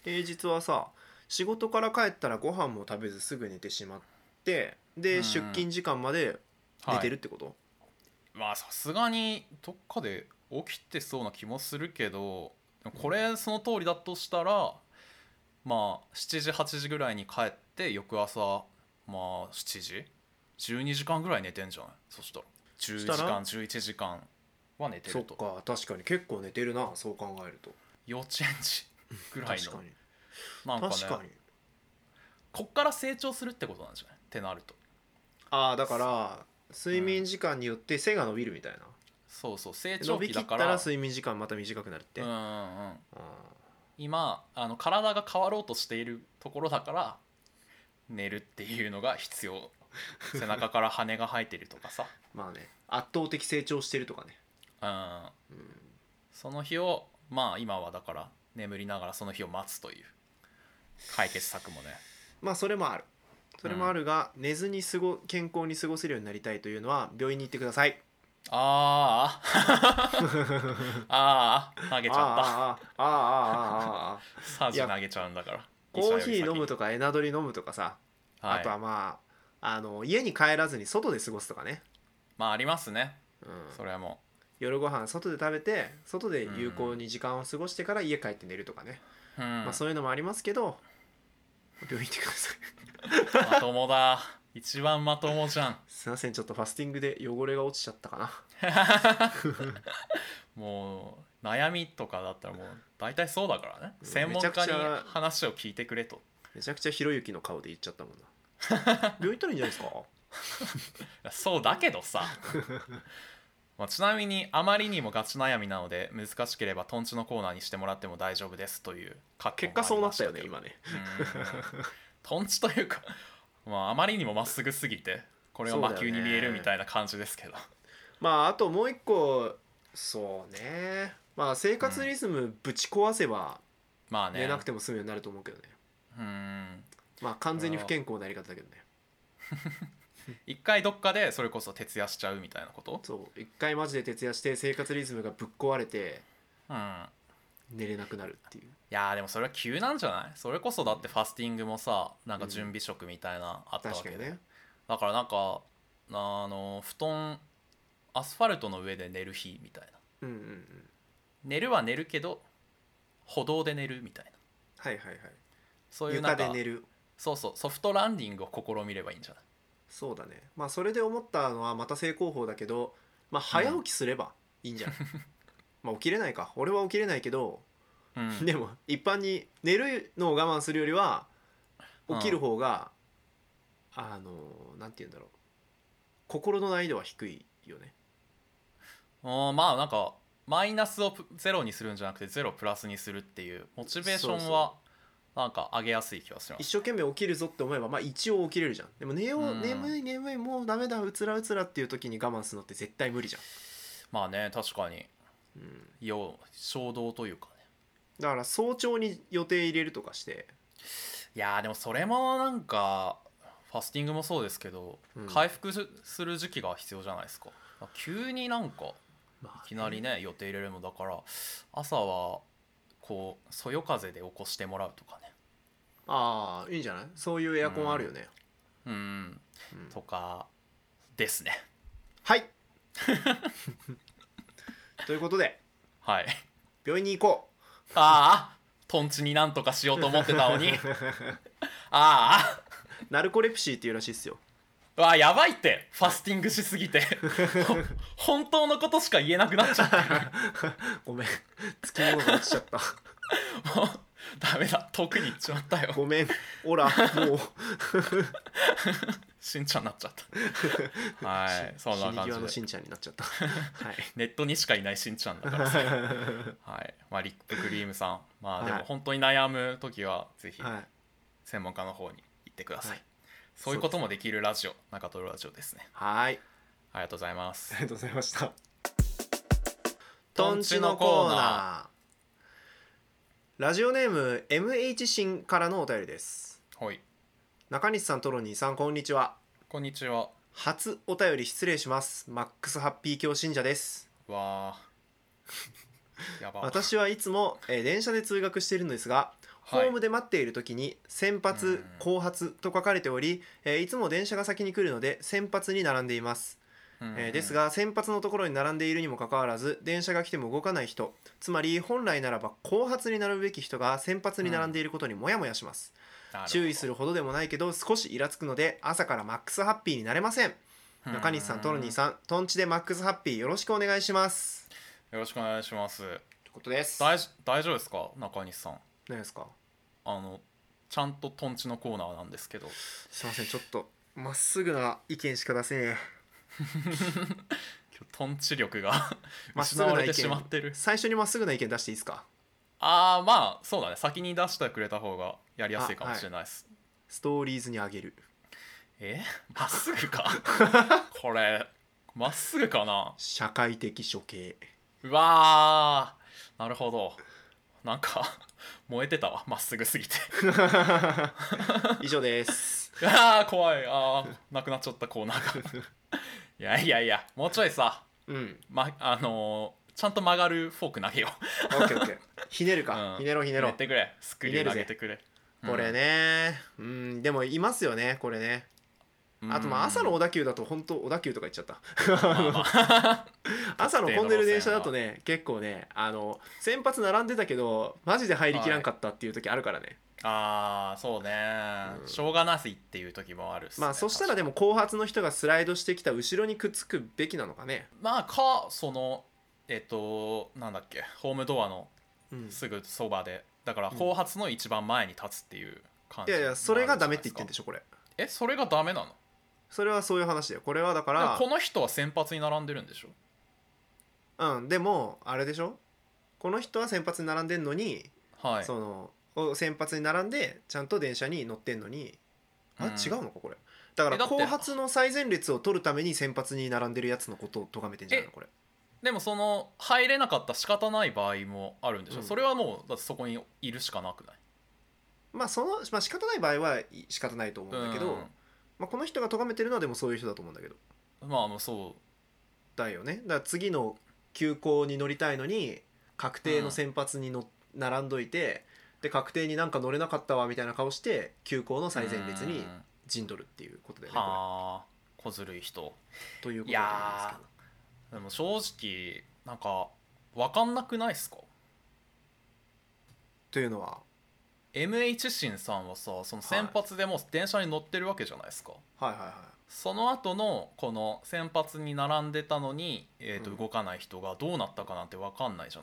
Speaker 2: 平日はさ仕事から帰ったらご飯も食べずすぐ寝てしまってで、
Speaker 1: うん
Speaker 2: 出勤時間まで寝て
Speaker 1: は
Speaker 2: る
Speaker 1: い
Speaker 2: ってこと、
Speaker 1: まあさすがにどっかで起きてそうな気もするけどでもこれその通りだとしたらまあ7時8時ぐらいに帰って翌朝まあ7時12時間ぐらい寝てんじゃないそしたら10時
Speaker 2: そしたら
Speaker 1: 間11時間は寝て
Speaker 2: そ
Speaker 1: る
Speaker 2: っ
Speaker 1: と
Speaker 2: か確かに結構寝てるなそう考えると
Speaker 1: 幼稚園児ぐらい
Speaker 2: 確
Speaker 1: の
Speaker 2: かに、
Speaker 1: なんかね
Speaker 2: 確かに
Speaker 1: こっから成長するってことなんじゃないってなると
Speaker 2: ああだから睡眠時間によって背が伸びるみたいな、
Speaker 1: そうそう成
Speaker 2: 伸
Speaker 1: 長
Speaker 2: び
Speaker 1: 期
Speaker 2: き
Speaker 1: だ
Speaker 2: った
Speaker 1: から
Speaker 2: ら睡眠時間また短くなるって、
Speaker 1: うん
Speaker 2: あ
Speaker 1: うんうん
Speaker 2: ー
Speaker 1: 今あの体が変わろうとしているところだから寝るっていうのが必要背中から羽が生えてるとか さ、
Speaker 2: まあね圧倒的成長してるとかね、
Speaker 1: うん、
Speaker 2: うん
Speaker 1: その日をまあ今はだから眠りながらその日を待つという解決策もね
Speaker 2: まあそれもあるそれもあるが、寝ずに過ご健康に過ごせるようになりたいというのは病院に行ってください
Speaker 1: あ ーあー投げちゃっ
Speaker 2: ああああああああああ
Speaker 1: たサージ投げちゃうんだから
Speaker 2: コーヒー飲む
Speaker 1: と、
Speaker 2: とかエナドリ飲むとかさ、
Speaker 1: はい、
Speaker 2: あとはまああの家に帰らずに外で過ごすとかね、
Speaker 1: まあありますね
Speaker 2: うん、
Speaker 1: それはも
Speaker 2: 夜ご飯外で食べて外で有効に時間を過ごしてから家帰って寝るとかね、
Speaker 1: う、うん
Speaker 2: まあ、そういうのもありますけど病院行ってください
Speaker 1: まともだ一番まともじゃん
Speaker 2: すいませんちょっとファスティングで汚れが落ちちゃったかな
Speaker 1: もう悩みとかだったらもう大体そうだからね
Speaker 2: うん
Speaker 1: 専門家
Speaker 2: めちゃくち
Speaker 1: に
Speaker 2: ゃ
Speaker 1: 話を聞いてくれと
Speaker 2: めちゃくちゃひろゆきの顔で言っちゃったもんな 病院行ったらいいんじゃないですか
Speaker 1: そうだけど さまあちなみにあまりにもガチ悩みなので難しければトンチのコーナーにしてもらっても大丈夫ですという
Speaker 2: 結果そうなったよね今ね
Speaker 1: トンチというか、まあ、あまりにもまっすぐすぎてこれは魔球に見えるみたいな感じですけど、
Speaker 2: まああともう一個そうねまあ生活リズムぶち壊せば
Speaker 1: まあね
Speaker 2: 寝なくても済むようになると思うけどね
Speaker 1: うん
Speaker 2: まあ完全に不健康なやり方だけどね
Speaker 1: 一回どっかでそれこそ徹夜しちゃうみたいなこと、
Speaker 2: そう一回マジで徹夜して生活リズムがぶっ壊れて
Speaker 1: うん、
Speaker 2: 寝れなくなるっていう
Speaker 1: いやーでもそれは急なんじゃないそれこそだってファスティングもさなんか準備食みたいなあったわ
Speaker 2: 確
Speaker 1: け
Speaker 2: か
Speaker 1: で、
Speaker 2: にね
Speaker 1: だからなんかあの布団アスファルトの上で寝る日みたいな
Speaker 2: うんうんうん
Speaker 1: 寝るは寝るけど歩道で寝るみたいな
Speaker 2: はいはい
Speaker 1: そう
Speaker 2: はい
Speaker 1: いうな
Speaker 2: 床
Speaker 1: んか
Speaker 2: で寝る
Speaker 1: そうそうソフトランディングを試みればいいんじゃない
Speaker 2: そうだねまあそれで思ったのはまた正攻法だけど、まあ、早起きすればいいんじゃない、 まあ起きれないか俺は起きれないけど、
Speaker 1: うん
Speaker 2: でも一般に寝るのを我慢するよりは起きる方が、あのなんて言うんだろう心の難易度は低いよね
Speaker 1: うんまあなんかマイナスをプゼロにするんじゃなくてゼロプラスにするっていうモチベーショ
Speaker 2: そう
Speaker 1: ンは
Speaker 2: そ
Speaker 1: なんか上げやすい気がしま
Speaker 2: 一
Speaker 1: す
Speaker 2: 生懸命起きるぞって思えばまあ一応起きれるじゃんでも寝よう、
Speaker 1: うん
Speaker 2: 眠い眠いもうダメだうつらうつらっていう時に我慢するのって絶対無理じ
Speaker 1: まあね確かに
Speaker 2: ゃん、うん、
Speaker 1: よ衝動というかね
Speaker 2: だから早朝に予定入れるとかして
Speaker 1: いやーでもそれもなんかファスティングもそうですけど、
Speaker 2: うん
Speaker 1: 回復する時期が必要じゃないですか急になんか
Speaker 2: ま
Speaker 1: いきなりね予定入れるのだから朝はこうそよ風で起こしてもらうとかね
Speaker 2: ああいいんじゃないそういうエアコンあるよね、
Speaker 1: うん
Speaker 2: うん
Speaker 1: とかですね
Speaker 2: はい ということで
Speaker 1: はい
Speaker 2: 病院に行こ
Speaker 1: ああトンチになんとかしようと思ってたの にあ
Speaker 2: うナルコレプシーっていうらしいっす よ
Speaker 1: あわあやばいってファスティングしすぎて ほ本当のことしか言えなくなっちゃった
Speaker 2: ごめんつきものが落ちち ゃった
Speaker 1: もう ダメだ遠くに行っちまったよ
Speaker 2: ごめんオラもう
Speaker 1: しんちゃんになっちゃった はいそんな
Speaker 2: 死に際
Speaker 1: 感
Speaker 2: の
Speaker 1: じ
Speaker 2: し
Speaker 1: で
Speaker 2: んちゃんになっちゃっ たはい
Speaker 1: ネットにしかいないしんちゃんだから さはいまあ、リップクリームさんまあでも
Speaker 2: はい
Speaker 1: 本当に悩む時はぜひ
Speaker 2: はい
Speaker 1: 専門家の方に行ってください、
Speaker 2: はい
Speaker 1: そういうこともできるラジオ中トロラジオですね
Speaker 2: はい
Speaker 1: ありがとうございます
Speaker 2: ありがとうございました
Speaker 1: と
Speaker 2: と
Speaker 1: ん
Speaker 2: ん
Speaker 1: ち
Speaker 2: ち
Speaker 1: の
Speaker 2: の
Speaker 1: コ
Speaker 2: コ
Speaker 1: ー
Speaker 2: ー
Speaker 1: ナ
Speaker 2: ナーラジオネーム MH 新からのお便りです
Speaker 1: はい
Speaker 2: 中西さんトロニーさんこんにちは
Speaker 1: こんにちは
Speaker 2: 初お便り失礼しますマックスハッピー教信者です
Speaker 1: わーやば
Speaker 2: 私はいつも、えー電車で通学しているのですが、
Speaker 1: はい
Speaker 2: ホームで待っている時に先
Speaker 1: う
Speaker 2: 発
Speaker 1: ん
Speaker 2: 後発と書かれており、えーいつも電車が先に来るので先発に並んでいます、
Speaker 1: うん
Speaker 2: えーですが先発のところに並んでいるにもかかわらず電車が来ても動かない人つまり本来ならば後発に並ぶべき人が先発に並んでいることにモヤモヤします、
Speaker 1: なるほど
Speaker 2: 注意するほどでもないけど少しイラつくので朝からマックスハッピーになれません
Speaker 1: うん
Speaker 2: 中西さんトロニーさんトンチでマックスハッピーよろしくお願いします
Speaker 1: よろしくお願いします
Speaker 2: ということです
Speaker 1: 大大丈夫ですか中西さん
Speaker 2: 何ですか
Speaker 1: あのちゃんとトンチのコーナーなんですけど
Speaker 2: すいませんちょっとまっすぐな意見しか出せね
Speaker 1: 今日トンチ力が
Speaker 2: えまっす
Speaker 1: 失
Speaker 2: ぐ
Speaker 1: わ
Speaker 2: な
Speaker 1: れ
Speaker 2: 意
Speaker 1: てしま
Speaker 2: 見
Speaker 1: ってる
Speaker 2: 最初にまっすぐな意見出していいですか
Speaker 1: ああまあそうだね先に出してくれた方がやりやすいかもしれないです、
Speaker 2: ストーリーズにあげる
Speaker 1: えまっすぐ かこれまっすぐかな
Speaker 2: 社会的処刑
Speaker 1: うわーなるほどなんか燃えてたわまっすぐすぎて
Speaker 2: 以上です
Speaker 1: あー怖いあーなくなっちゃったコーナーが いやいやいやもうちょいさ、
Speaker 2: うん
Speaker 1: ま、あのーちゃんと曲がるフォーク投げよう
Speaker 2: オッケーオッケーひねるか、
Speaker 1: うん
Speaker 2: ひねろひね
Speaker 1: や
Speaker 2: ろ
Speaker 1: ってくれスクリュー投げてくれ
Speaker 2: これ、ねうんでもいますよねこれねあとまあ 朝の小田急だと本当小田急とか言っちゃった朝の混んでる電車だとね結構ねあの先発並んでたけどマジで入りきらんかったっていう時あるからね、
Speaker 1: ああそうね、
Speaker 2: うん
Speaker 1: しょうがなしっていう時もあるっすね
Speaker 2: まあそしたらでも後発の人がスライドしてきた後ろにくっつくべきなのかね、
Speaker 1: まあかそのえっとなんだっけホームドアの
Speaker 2: うん、
Speaker 1: すぐそばでだから
Speaker 2: うん
Speaker 1: 後発の一番前に立つっていう感
Speaker 2: い
Speaker 1: じ
Speaker 2: やいやそれがダメって言ってんで
Speaker 1: しょ
Speaker 2: しょこれ
Speaker 1: えそれがダメなの
Speaker 2: それはそういう話だよこれはだか
Speaker 1: でも
Speaker 2: ら
Speaker 1: この人は先発に並んでるんでしょ
Speaker 2: うんでもあれでしょこの人は先発に並んでんのに、
Speaker 1: はい
Speaker 2: そのお先発に並んでちゃんと電車に乗ってんのにあ、
Speaker 1: うん
Speaker 2: 違うのかこれだか
Speaker 1: えだ
Speaker 2: ら
Speaker 1: って
Speaker 2: 後発の最前列を取るために先発に並んでるやつのことを咎めてんじゃないのこれ
Speaker 1: でもその入れなかった仕方ない場合もあるんでしょ、
Speaker 2: うん
Speaker 1: それはもうだってそこにいるしかなくない
Speaker 2: まあその、まあ、仕方ない場合はい仕方ないと思うんだけど、まあ、この人が咎めてるのはでもそういう人だと思うんだけど
Speaker 1: うんまあまあそ
Speaker 2: だよねだから次の急行に乗りたいのに確定の先発にの、並んどいてで確定になんか乗れなかったわみたいな顔して急行の
Speaker 1: う
Speaker 2: 最前列
Speaker 1: う
Speaker 2: に
Speaker 1: ん
Speaker 2: 陣取るっていうことだよねこ
Speaker 1: はあ小ずるい人
Speaker 2: れということなんですけど
Speaker 1: でも正直なんか分かんなくないっすか
Speaker 2: というのは
Speaker 1: MH 神さんはさその先発でもう電車に乗ってるわけじゃないですか、
Speaker 2: はいはいはい
Speaker 1: その後のこの先発に並んでたのに、えー、と
Speaker 2: うん
Speaker 1: 動かない人がどうなったかなんて分かんないじゃ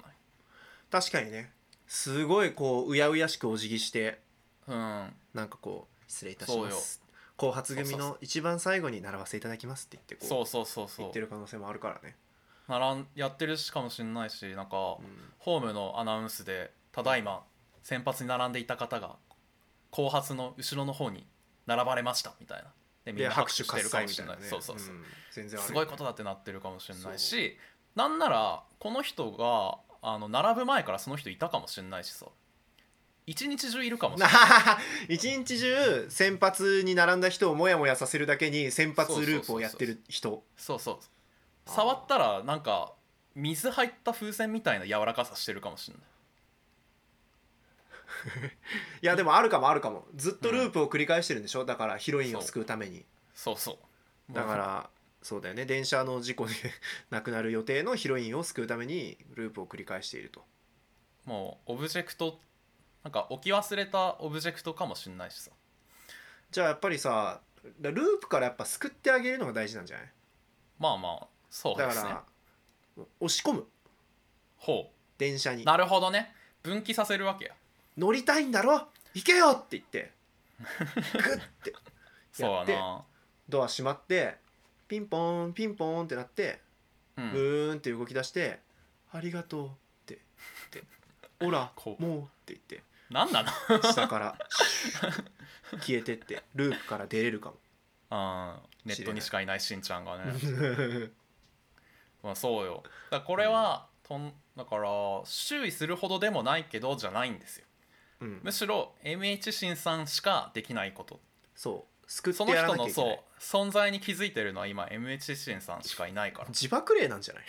Speaker 2: 確かにねすごいこううやうやしくお辞儀して
Speaker 1: ない、うん、
Speaker 2: なんかこう失礼いたします後発組
Speaker 1: そうそうそ
Speaker 2: の一番最後に並ばせていただきますって言って
Speaker 1: そ
Speaker 2: こ
Speaker 1: うそうそう
Speaker 2: う言
Speaker 1: そ
Speaker 2: って
Speaker 1: う
Speaker 2: る可能性もあるからね、
Speaker 1: 並んやってるしかもしれないしなんか、
Speaker 2: うん
Speaker 1: ホームのアナウンスで「ただいま先発に並んでいた方が後発の後ろの方に並ばれました」みたいなでみん
Speaker 2: で
Speaker 1: な
Speaker 2: 拍
Speaker 1: 拍
Speaker 2: 手
Speaker 1: 手し
Speaker 2: 喝
Speaker 1: てる
Speaker 2: 采
Speaker 1: かも
Speaker 2: み
Speaker 1: したれ
Speaker 2: い
Speaker 1: な、
Speaker 2: ないね
Speaker 1: そうそうそう、
Speaker 2: ん全然ある
Speaker 1: すごいことだってなってるかもしれないしなんならこの人があの並ぶ前からその人いたかもしれないしさ一日中いるかもしれ
Speaker 2: な
Speaker 1: ない
Speaker 2: 一日中先発に並んだ人をモヤモヤさせるだけに先発ループをやってる人
Speaker 1: そうそう
Speaker 2: あー
Speaker 1: 触ったらなんか水入った風船みたいな柔らかさしてるかもしれない
Speaker 2: いやでもあるかもあるかもずっとループを繰り返してるんでしょだからヒロインを救うために
Speaker 1: そうそう
Speaker 2: だかららそうだよね電車の事故で 亡くなる予定のヒロインを救うためにループを繰り返していると
Speaker 1: もうオブジェクトなんか置き忘れたオブジェクトかもしれないしさ
Speaker 2: じゃあやっぱりさループからやっぱ救ってあげるのが大事なんじゃない
Speaker 1: まあまあそう
Speaker 2: だ
Speaker 1: で
Speaker 2: か
Speaker 1: すね
Speaker 2: ら押し込む
Speaker 1: ほ
Speaker 2: 電車に
Speaker 1: うなるほどね分岐させるわけや
Speaker 2: 乗りたいんだろ行けよって言ってグッて
Speaker 1: そう
Speaker 2: や
Speaker 1: や
Speaker 2: って
Speaker 1: な
Speaker 2: ドア閉まってピンポーンピンポーンってなって
Speaker 1: う
Speaker 2: ブ
Speaker 1: ん
Speaker 2: ーンって動き出して「ありがとう」って 言って「ほら
Speaker 1: こう
Speaker 2: もう」って言
Speaker 1: なんな
Speaker 2: って下から消えてってループから出れるかも。
Speaker 1: の うんネットにしかいないしんちゃんがね
Speaker 2: う
Speaker 1: まあそうよだからこれはとんだから注意するほどでもないけどじゃないんですよ
Speaker 2: ん
Speaker 1: む、しろ MH 新さんしかできないこと
Speaker 2: そう救っ
Speaker 1: そ
Speaker 2: て
Speaker 1: の
Speaker 2: やら
Speaker 1: 人
Speaker 2: なきゃ
Speaker 1: の
Speaker 2: いけない
Speaker 1: そう存在に気づいてるのは今 MH 新さんしかいないか
Speaker 2: 自爆霊なんじゃない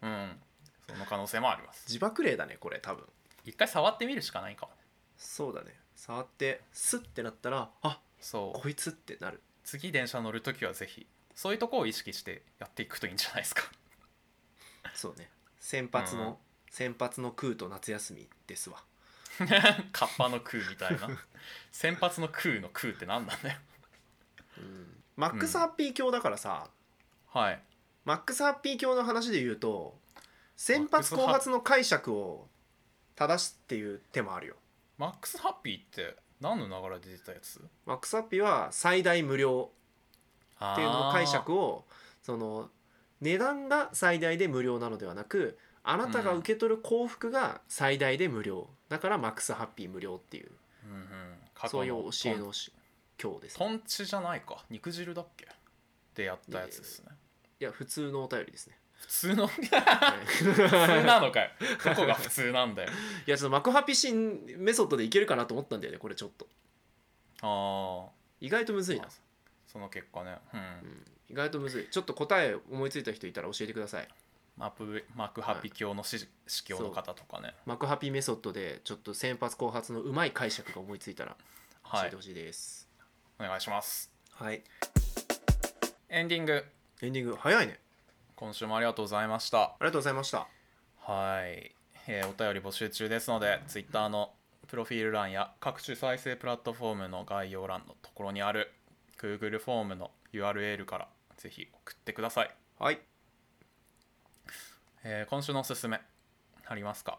Speaker 1: らうんその可能性もあります
Speaker 2: 自爆霊だねこれ多分
Speaker 1: 一回触ってみるしかないかもね
Speaker 2: そうだね触ってスッてなったらあ
Speaker 1: そう
Speaker 2: こいつってなる
Speaker 1: 次電車乗るときはぜひそういうとこを意識してやっていくといいんじゃない ですか
Speaker 2: そうね先発の、
Speaker 1: うん
Speaker 2: 先発の空と夏休みですわ
Speaker 1: カッパの空みたいな先発の空の空って何なんだよ
Speaker 2: うんマックスハッピー教だからさ、
Speaker 1: はい
Speaker 2: マックスハッピー教の話で言うと先発後発の解釈を正すっていう手もあるよ
Speaker 1: マックスハッピーって何の流れで出てたやつ
Speaker 2: マックスハッピーは最大無料
Speaker 1: っ
Speaker 2: っていうのの解釈をその値段が最大で無料なのではなくあなたが受け取る幸福が最大で無料、だからマックスハッピー無料っていう
Speaker 1: うんうん、過
Speaker 2: そ
Speaker 1: 去
Speaker 2: ういう教え
Speaker 1: トン
Speaker 2: のし教です、ね、
Speaker 1: トンチじゃないか肉汁だっけでやったやつですね
Speaker 2: いや普通のお便りですね
Speaker 1: 普通 の普
Speaker 2: はい
Speaker 1: 通なのかよどこが普通なんだよ
Speaker 2: いやちょっとマクハピシンメソッドでいけるかなと思ったんだよねこれちょっと
Speaker 1: ああ
Speaker 2: 意外とむずいな、
Speaker 1: その結果ねうん、
Speaker 2: うん、意外とむずいちょっと答え思いついた人いたら教えてください
Speaker 1: マップマックハッピ教のし司教の方とかね
Speaker 2: マクハピメソッドでちょっと先発後発のうまい解釈が思いついたら教
Speaker 1: は
Speaker 2: え
Speaker 1: い
Speaker 2: てほしいです
Speaker 1: お願いします
Speaker 2: はい、
Speaker 1: エンディング
Speaker 2: エンディング早いね
Speaker 1: 今週もありがとうございました
Speaker 2: ありがとうございました
Speaker 1: はい、えーお便り募集中ですので Twitter のプロフィール欄や各種再生プラットフォームの概要欄のところにある Google フォームの URL からぜひ送ってください、
Speaker 2: はい
Speaker 1: えー今週のおすすめありますか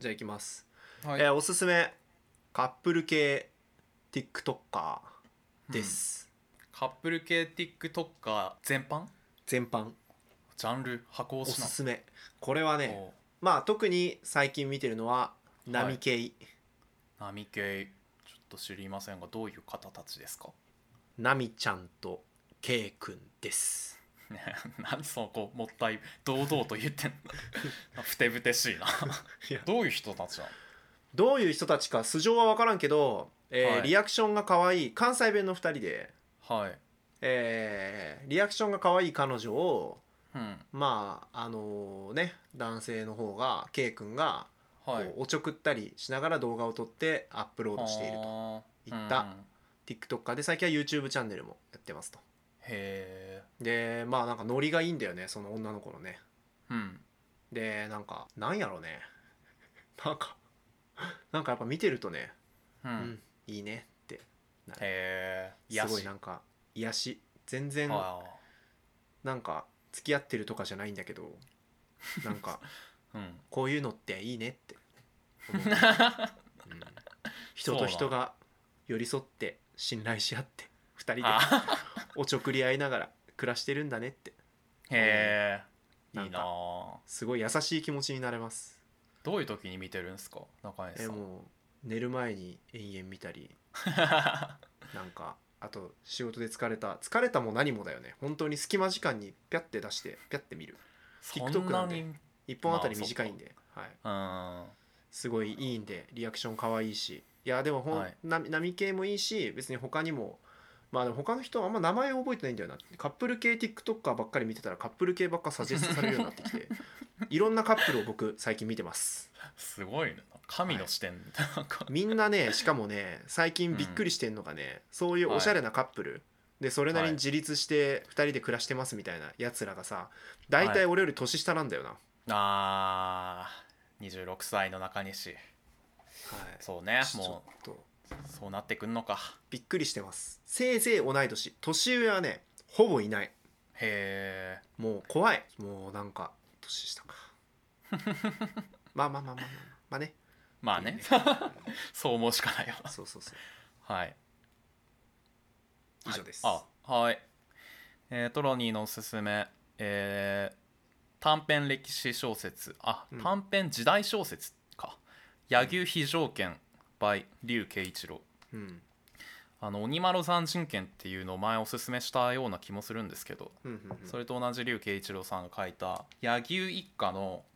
Speaker 2: じゃあいきます、
Speaker 1: は
Speaker 2: えーおすすめカップル系 TikToker です、
Speaker 1: カップル系 TikToker 全般
Speaker 2: 全般
Speaker 1: ジャンル箱
Speaker 2: お
Speaker 1: 推し
Speaker 2: す
Speaker 1: なの
Speaker 2: すめこれはねまあ特に最近見てるのは波系、
Speaker 1: お波系ちょっと知りませんがどういう方たちですか
Speaker 2: ナミちゃんとケイくんです。
Speaker 1: ね何そのこうもったい堂々と言ってんの ふてぶてしいない
Speaker 2: や
Speaker 1: どういう人たちなの
Speaker 2: どういう人たちか素性は分からんけど、えー
Speaker 1: はい
Speaker 2: リアクションが可愛い関西弁の2人で、
Speaker 1: はい。
Speaker 2: えーリアクションが可愛い彼女を
Speaker 1: うん。
Speaker 2: まああのね男性の方が K 君がこ
Speaker 1: はい。
Speaker 2: うおちょくったりしながら動画を撮ってアップロードしていると
Speaker 1: と
Speaker 2: いった。TikToker で最近は YouTube チャンネルもやってますと
Speaker 1: へえ。
Speaker 2: でまあなんかノリがいいんだよねその女の子のね
Speaker 1: うん。
Speaker 2: でなんかなんやろねなんかなんかやっぱ見てるとね
Speaker 1: うん
Speaker 2: う
Speaker 1: へ
Speaker 2: んいいねって
Speaker 1: え
Speaker 2: すごい
Speaker 1: 癒
Speaker 2: なんか癒し全然
Speaker 1: あ
Speaker 2: なんか付き合ってるとかじゃないんだけどなん か
Speaker 1: ーうん
Speaker 2: こういうのっていいね って思ううん人
Speaker 1: そう
Speaker 2: と
Speaker 1: だ
Speaker 2: 人が寄り添って信頼し合って二人で
Speaker 1: あ
Speaker 2: おちょくり合いながら暮らしてるんだねって
Speaker 1: へえ
Speaker 2: ない
Speaker 1: い
Speaker 2: ん
Speaker 1: な
Speaker 2: か
Speaker 1: あ
Speaker 2: すごい優しい気持ちになれます
Speaker 1: どういう時に見てるんですか中西
Speaker 2: え
Speaker 1: さん
Speaker 2: もう寝る前に延々見たりなんかあと仕事で疲れた疲れたも何もだよね本当に隙間時間にピャって出してピャって見る
Speaker 1: そ
Speaker 2: TikTok
Speaker 1: ん
Speaker 2: な
Speaker 1: なん
Speaker 2: で
Speaker 1: にうん
Speaker 2: 1本あたり
Speaker 1: まあそっか
Speaker 2: 短いんで、はい、
Speaker 1: あ
Speaker 2: すごいいいんでリアクション可愛いしいやでもほん、
Speaker 1: はい
Speaker 2: な波系もいいし別に他にもまあでも他の人はあんま名前覚えてないんだよなカップル系 TikToker ばっかり見てたらカップル系ばっかサジェストされるようになってき ていろんなカップルを僕最近見てます
Speaker 1: すごいね神の視点みたいななんか
Speaker 2: みんなねしかもね最近びっくりしてんのがね、そういうおしゃれなカップル、でそれなりに自立して2人で暮らしてますみたいなやつらがさ大体俺より年下なんだよな、
Speaker 1: あー26歳の中西
Speaker 2: はい
Speaker 1: そうね
Speaker 2: ちょ
Speaker 1: も
Speaker 2: っと
Speaker 1: うそうなってくんのか
Speaker 2: びっくりしてますせいぜい同い年年上はねほぼいない
Speaker 1: へえ
Speaker 2: もう怖いもうなんか年下 かまあまあまあまあまあまあね
Speaker 1: まあねそう思うしか ないわ
Speaker 2: そうそうそう
Speaker 1: はい
Speaker 2: 以上です、
Speaker 1: はいあはい、えートロニーのおすすめ、えー短編歴史小説あ
Speaker 2: うん
Speaker 1: 短編時代小説か「柳生非常見 by 竜慶一郎」
Speaker 2: うん
Speaker 1: あの鬼丸三人剣っていうのを前おすすめしたような気もするんですけど、
Speaker 2: うんうんうん
Speaker 1: それと同じ竜慶一郎さんが書いた柳生一家の、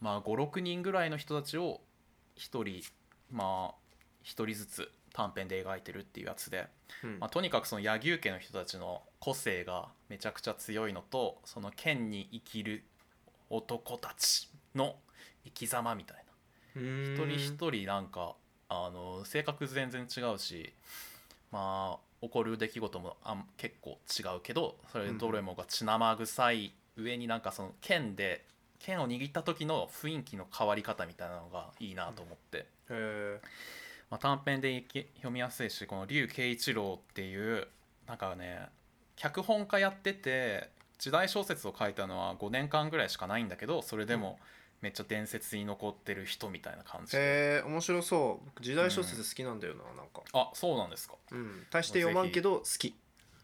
Speaker 1: まあ、56人ぐらいの人たちを一人まあ一人ずつ短編で描いてるっていうやつで
Speaker 2: うん
Speaker 1: まあ、とにかくその柳生家の人たちの個性がめちゃくちゃ強いのとその剣に生きる男たちの生き様みたいうな
Speaker 2: ーん
Speaker 1: 一人一人なんかあの性格全然違うしまあ起こる出来事もあん結構違うけどそれどれもが血生臭い上になんかその剣で剣を握った時の雰囲気の変わり方みたいなのがいいなと思って。
Speaker 2: へ
Speaker 1: まあ、短編でいき読みやすいしこの竜慶一郎っていうなんかね脚本家やってて時代小説を書いたのは5年間ぐらいしかないんだけどそれでもめっちゃ伝説に残ってる人みたいな感じで、
Speaker 2: え面白そう僕時代小説好きなんだよな、なんか
Speaker 1: あそうなんですか
Speaker 2: うん大して読まんけど好き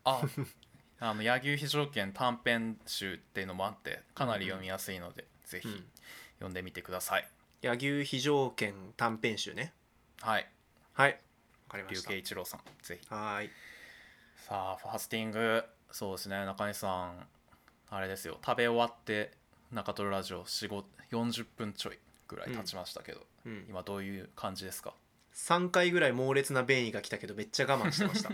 Speaker 1: あ あの柳生非常見短編集っていうのもあってかなり読みやすいので、ぜひ
Speaker 2: うん
Speaker 1: 読んでみてください、
Speaker 2: 柳生非常見短編集ね
Speaker 1: はい
Speaker 2: はいわかりま
Speaker 1: 竜
Speaker 2: した
Speaker 1: 慶一郎さんぜひ
Speaker 2: はーい
Speaker 1: さあファスティングそうですね中西さんあれですよ食べ終わって中トロラジオ4 5 40分ちょいぐらい経ちましたけど、
Speaker 2: うん、
Speaker 1: 今どういう感じですか
Speaker 2: 3回ぐらい猛烈な便意が来たけどめっちゃ我慢してました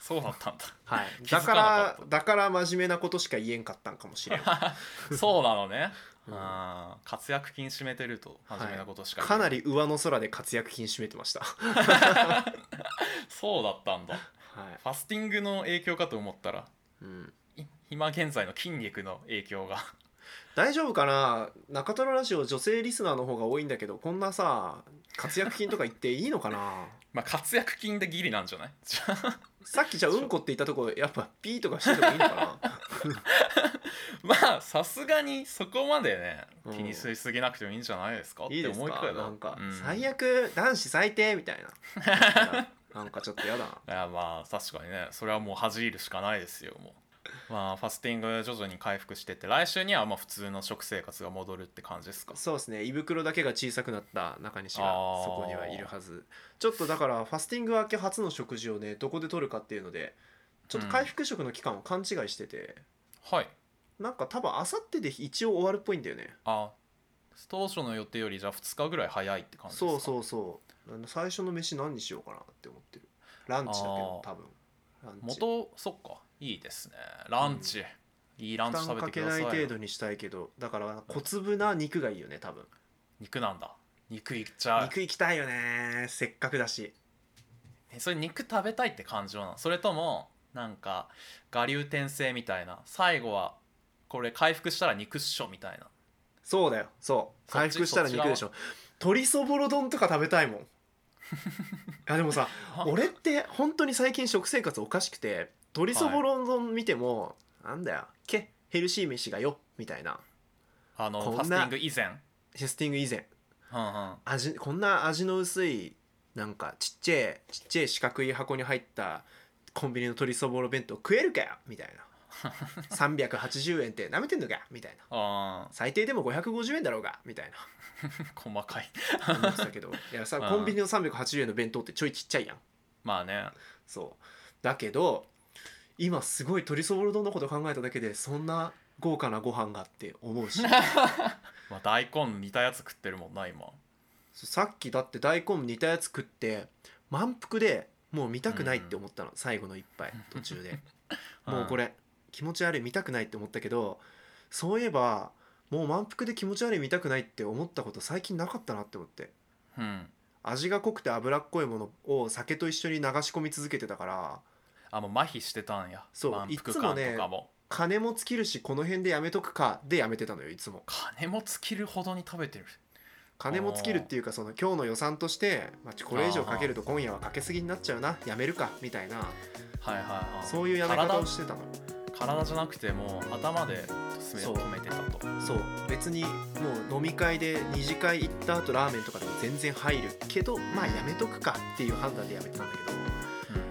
Speaker 1: そうだったん
Speaker 2: はい
Speaker 1: 気づ
Speaker 2: だ
Speaker 1: か
Speaker 2: か
Speaker 1: なからった
Speaker 2: だから真面目なことしか言えんかったんか もしれん
Speaker 1: だ そうなのね、
Speaker 2: うん
Speaker 1: あー活躍金締めてると真面目なことしか、
Speaker 2: かなり上の空で活躍金占めて ましたは
Speaker 1: そうだったんだ
Speaker 2: い、
Speaker 1: ファスティングの影響かと思ったら
Speaker 2: うん、
Speaker 1: い今現在の筋肉の影響が
Speaker 2: 大丈夫かな中トロラジオ女性リスナーの方が多いんだけどこんなさ活躍金とか言っていいのかな
Speaker 1: まあ活躍金でギリなんじゃない じゃあ
Speaker 2: さっきじゃあうんこって言ったとこやっぱピーとかしててもいいのか な
Speaker 1: まあさすがにそこまでね
Speaker 2: うん
Speaker 1: 気にしすぎなくてもいいんじゃないですか
Speaker 2: いい
Speaker 1: って
Speaker 2: です
Speaker 1: 思いく
Speaker 2: から
Speaker 1: いだ
Speaker 2: なんか、
Speaker 1: うん
Speaker 2: 最悪男子最低みたい ななんかちょっとやだない
Speaker 1: やまあ確かにねそれはもう恥じるしかないですよもうまあファスティング徐々に回復してって来週にはまあ普通の食生活が戻るって感じですか
Speaker 2: そうですね胃袋だけが小さくなった中西が
Speaker 1: あー
Speaker 2: そこにはいるはずちょっとだからファスティング明け初の食事をねどこで取るかっていうのでちょっと回復食の期間を勘違いしてて、
Speaker 1: はい
Speaker 2: なんか多分あさってで一応終わるっぽいんだよね
Speaker 1: あ当初の予定よりじゃあ2日ぐらい早いって感じですか
Speaker 2: そうそうそうあの最初の飯何にしようかなって思ってるランチだけど
Speaker 1: あー
Speaker 2: 多分ランチ
Speaker 1: 元そっかいいですねランチ、いいランチ
Speaker 2: 負
Speaker 1: 食
Speaker 2: 担
Speaker 1: べ
Speaker 2: か
Speaker 1: て
Speaker 2: け
Speaker 1: くだ
Speaker 2: な
Speaker 1: さい
Speaker 2: い
Speaker 1: よ
Speaker 2: 程度にしたいけどだから小粒な肉がいいよね多分
Speaker 1: 肉なんだ肉いっちゃう
Speaker 2: 肉いきたいよねせっかくだし
Speaker 1: えそれ肉食べたいって感情なのそれともなんか我流転生みたいな最後はこれ回復したら肉っしょみたいな
Speaker 2: そうだよそう
Speaker 1: そっ
Speaker 2: 回
Speaker 1: ち
Speaker 2: 復したら肉でしょ鶏そぼろ丼とか食べたいもんいやでもさ
Speaker 1: あ
Speaker 2: 俺って本当に最近食生活おかしくて鶏そぼろ丼見ても、なんだよけヘルシー飯がよみたいな
Speaker 1: あの
Speaker 2: こん
Speaker 1: ファステ
Speaker 2: な
Speaker 1: ィング以前、
Speaker 2: テスティング以前
Speaker 1: うんうん、
Speaker 2: 味こんな味の薄いなんかちっちゃいちっちゃい四角い箱に入ったコンビニの鶏そぼろ弁当食えるかよみたいな 380円ってなめてんのかよみたいな
Speaker 1: あ
Speaker 2: 最低でも550円だろうがみたい
Speaker 1: ー 細かい
Speaker 2: な思ってた けどいやさ
Speaker 1: うん
Speaker 2: コンビニの380円の弁当ってちょいちっちゃいやん
Speaker 1: まあね
Speaker 2: そうだけど今すごい鶏そぼろ丼のこと考えただけでそんな豪華なご飯がって思 うし
Speaker 1: まあ、大根似たやつ食ってるもんな今
Speaker 2: そうさっきだって大根煮たやつ食って満腹でもう見たくないって思ったの、最後の一杯途 中でもうこ
Speaker 1: れ
Speaker 2: れ気持ち悪い見たくないって思ったけどそういえばもう満腹で気持ち悪い見たくないって思ったこと最近なかったなって思って
Speaker 1: うん
Speaker 2: 味が濃くて脂っこいものを酒と一緒に流し込み続けてたから
Speaker 1: あもう麻痺してたんや
Speaker 2: そう
Speaker 1: 満
Speaker 2: い
Speaker 1: 腹
Speaker 2: つも
Speaker 1: 感
Speaker 2: ね
Speaker 1: とかも
Speaker 2: 金も尽きるしこの辺でやめとくかでやめてたのよいつも
Speaker 1: 金も尽きるほどに食べてる
Speaker 2: 金も尽きるっていうかその今日の予算として、まあ、これ以上かけると今夜はかけすぎになっちゃうなやめるかみたいな
Speaker 1: はいはいはい
Speaker 2: そういうやめ方をしてたの
Speaker 1: 体体じゃなくてもう頭で進め
Speaker 2: そう
Speaker 1: 止めてたと
Speaker 2: そう別にもう飲み会で2次会行った後ラーメンとかでも全然入るけどまあやめとくかっていう判断でやめてたんだけ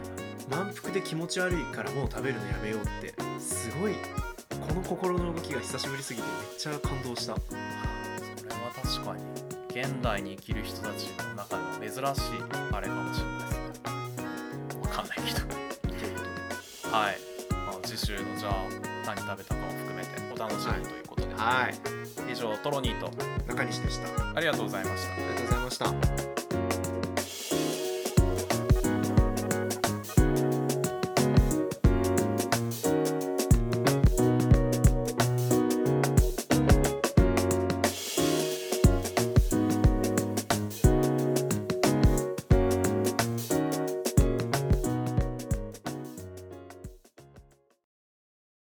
Speaker 2: ど満腹で気持ち悪いからもう食べるのやめようってすごいこの心の動きが久しぶりすぎてめっちゃ感動した
Speaker 1: それは確かに現代に生きる人たちの中では珍しいあれかもしれないですねわかんないけどはい、まあ、次週のじゃあ何食べたかを含めてお楽しみということで、
Speaker 2: はい
Speaker 1: 以上トロニーと
Speaker 2: 中西でしたあ
Speaker 1: ありがとうございました
Speaker 2: りがとうございました